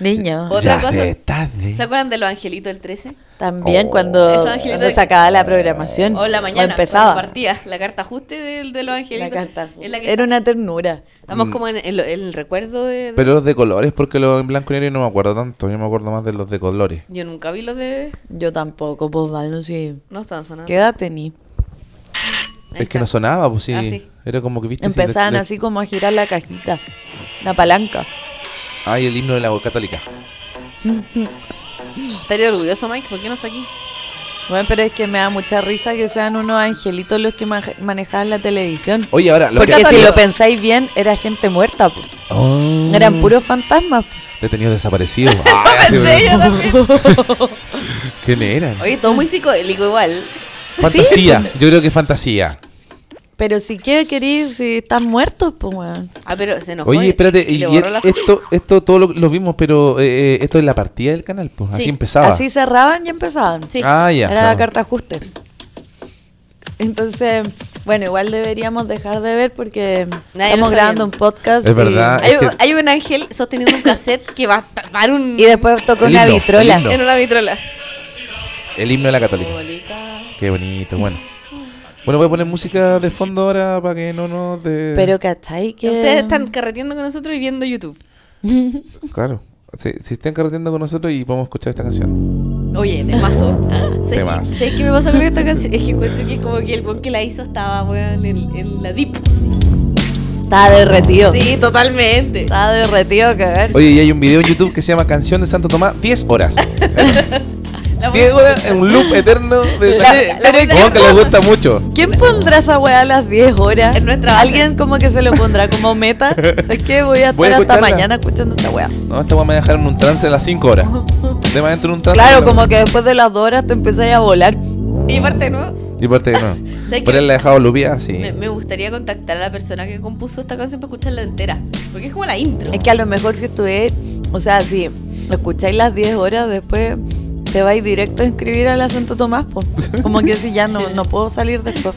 niño. Otra ya cosa. de tarde. ¿Se acuerdan de los angelitos del 13? También Oh. cuando, Eso, Angelita, cuando se acababa la programación. O la mañana, O Mm. empezaba. cuando partía la carta ajuste de, de los angelitos. La carta. Es la que Era una ternura. Estamos como en, en lo- en el recuerdo de. de- Mm. Pero los de colores, porque los en blanco y negro no me acuerdo tanto. Yo me acuerdo más de los de colores. Yo nunca vi los de. Yo tampoco, pues Valno, sí. No están sonando. ¿Qué edad tení? Ahí Es que está. no sonaba, pues sí. Ah, sí. Era como que viste. si Empezaban le- le- así como a girar la cajita, la palanca. Ay, el himno de la católica. Estaría orgulloso, Mike, ¿por qué no está aquí? Bueno, pero es que me da mucha risa que sean unos angelitos los que ma- manejaban la televisión. Oye, ahora, lo Porque que. si lo pensáis bien, era gente muerta. po. Oh. Eran puros fantasmas. Detenidos desaparecidos. Ah, sí, pensé bueno. ¿Quién eran? Oye, pues, todo muy psicodélico igual. Fantasía. Yo creo que fantasía. Pero si qué querís, si están muertos, pues weón. Ah, pero se enojó. Oye, y- espérate, y y, le y borró la- esto, esto todo lo, lo vimos, pero eh, eh, esto es la partida del canal, pues así Sí, empezaba. Así cerraban y empezaban. Sí. Ah, ya. Era claro. la carta ajuste. Entonces, bueno, igual deberíamos dejar de ver porque Nadie lo estamos está grabando un viendo. podcast. Es y- verdad. Hay, Es que- hay un ángel sosteniendo un cassette que va a tapar un. Y, después tocó El una himno, el vitrola. himno. En una vitrola. El himno de la católica. Qué bonito, bueno. Bueno, voy a poner música de fondo ahora para que no nos de... Pero, ¿cachai? Que... Ustedes están carreteando con nosotros y viendo YouTube. Claro. Si, si están carreteando con nosotros y podemos escuchar esta canción. Oye, temazo. ¿Sabes qué- Temazo. ¿Sabes qué me pasó con esta canción? Es que encuentro que como que el buen que la hizo estaba, weón, en, en la deep. Está derretido. Sí, totalmente. Está derretido, que ver. Oye, y hay un video en YouTube que se llama Canción de Santo Tomás, 10 horas. 10 horas en un loop eterno de La- Weón la- que le gusta mucho. ¿Quién pondrá esa weá a las 10 horas? En nuestra base. ¿Alguien como que se lo pondrá como meta? ¿Sabes qué? Voy a estar Voy a hasta escucharla. mañana escuchando esta weá. No, esta weá me dejaron en un trance de las 5 horas. Te van a entrar en un trance. Claro, de la- como que después de las 2 horas te empezáis a volar. Y aparte, ¿no? Y aparte que no. ¿Sabes Pero qué? él la ha dejado lupia así. Me, me gustaría contactar a la persona que compuso esta canción para escucharla entera. Porque es como la intro. Es que a lo mejor si estuve, o sea, si escucháis las 10 horas, después te vais directo a inscribir al asunto Tomás, po. Como que si ya no, no puedo salir después.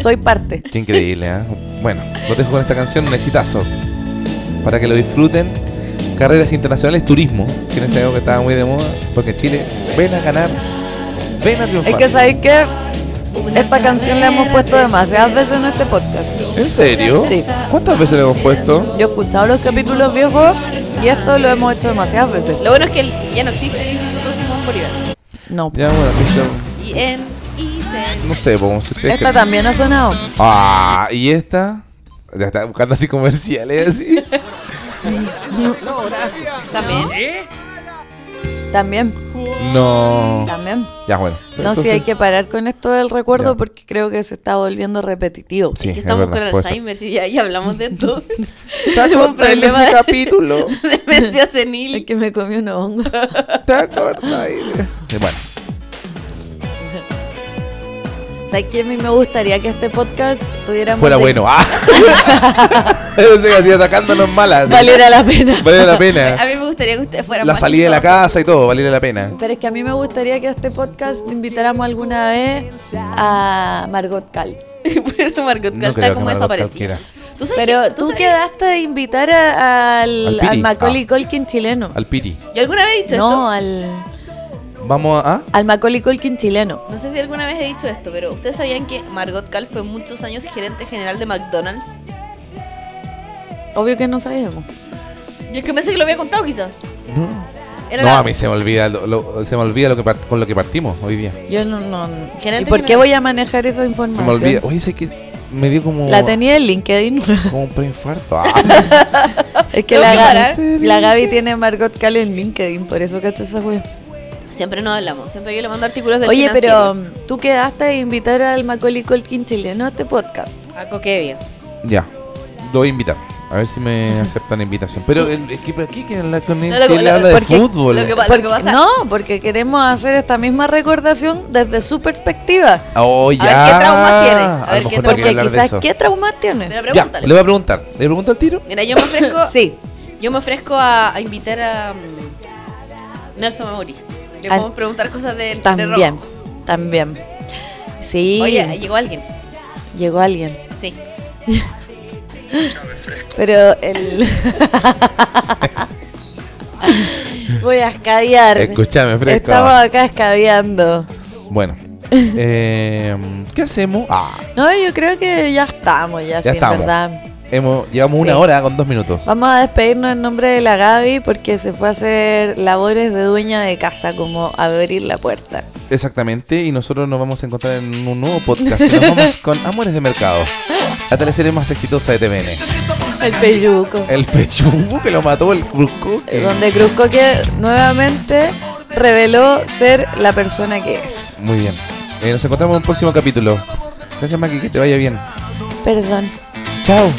Soy parte. Qué increíble, ¿eh? Bueno, los dejo con esta canción, un exitazo. Para que lo disfruten. Carreras internacionales, turismo. Que es algo que estaba muy de moda. Porque en Chile, ven a ganar, ven a triunfar. Es que sabéis que esta canción la hemos puesto demasiadas veces en este podcast. ¿En serio? Sí. ¿Cuántas veces lo hemos puesto? Yo he escuchado los capítulos viejos y esto lo hemos hecho demasiadas veces. Lo bueno es que el- ya no existe el Instituto Simón Bolívar. No. Ya, bueno, que sea- Y en y se- No sé, como si ustedes Esta que- también ha sonado. Ah, y esta. Ya está buscando así comerciales así. también. También, No. también. Ya bueno. No, sí, hay que parar con esto del recuerdo Ya. porque creo que se está volviendo repetitivo. Sí, que es estamos verdad, con puede ser. Alzheimer, sí, ya, ya hablamos de esto. Está Tenemos un cortando problema este de- capítulo. Demencia Es senil. que me comí unos hongos. Está cortando. Y bueno. ¿Sabes qué? A mí me gustaría que este podcast tuviera más fuera de- bueno. Ah. Yo sé que así atacándonos malas. Valiera la pena. Valiera la A pena. mí me gustaría que ustedes fueran La más salida de la chistosos. casa y todo, valiera la pena. Pero es que a mí me gustaría que a este podcast te invitáramos alguna vez a Margot Cal. bueno, Margot No Cal creo está que como Margot Cal desaparecida. quiera. ¿Tú sabes Pero que- tú sabes- quedaste a invitar a- al, Al Piri. al Macaulay Ah. Culkin chileno. Al Piri. Yo alguna vez he dicho No, esto. al, Vamos a. ¿ah? al Macaulay Culkin chileno. No sé si alguna vez he dicho esto, pero ¿ustedes sabían que Margot Cal fue muchos años gerente general de McDonald's? Obvio que no sabíamos. Yo es que pensé que lo había contado quizás. Era No, la- a mí se me olvida lo, lo- se me olvida lo que part- con lo que partimos hoy día. Yo no, no. ¿Y Gerente por qué general. voy a manejar esa Se me Ah, información? olvida. Oh. Oye, sé que me dio como La tenía en LinkedIn. como un preinfarto. Ah. es que Tengo la, que parar. Gaby, la Gaby tiene Margot Cal en LinkedIn, por eso que esa wea. Siempre no hablamos, siempre yo le mando artículos del Oye, pero financiero. um, tú quedaste a invitar al Macaulay Culkin chileno a este podcast. A Coquevia. ya. Lo voy a invitar. A ver si me aceptan la invitación. Pero el- es que ¿para qué quieren hablar con él? No, lo- si él lo- habla de porque- fútbol. lo que pa- Porque- pasa- No, porque queremos hacer esta misma recordación desde su perspectiva. Oh, qué ya. trauma tiene. lo A mejor no ver qué trauma- quiere Porque hablar de quizás, eso. ¿qué traumas tiene? Pero Ya, pregúntale. le voy a preguntar. ¿Le pregunto al tiro? Mira, yo me ofrezco. Sí, Yo me ofrezco a, a invitar a mm, Nelson Mauri. Le Ah, podemos preguntar cosas del de también, rojo. también. Sí, Oye, llegó alguien. llegó alguien. Sí. Pero el. Voy a escabiar. Escúchame, fresco. Estamos acá escabeando. Bueno. eh, ¿Qué hacemos? Ah, No, yo creo que ya estamos, ya, sí, ya en estamos. verdad. Hemos, llevamos una Sí. hora con dos minutos. Vamos a despedirnos en nombre de la Gaby porque se fue a hacer labores de dueña de casa, como abrir la puerta. Exactamente. Y nosotros nos vamos a encontrar en un nuevo podcast. Y nos vamos con Amores de Mercado. La teleserie más exitosa de TVN. El peyuco. El pechumbo que lo mató el Cruzco. que- Eh, Donde Cruz Coque nuevamente reveló ser la persona que es. Muy bien. Eh, nos encontramos en un próximo capítulo. Gracias, Maki. Que te vaya bien. Perdón. Chao.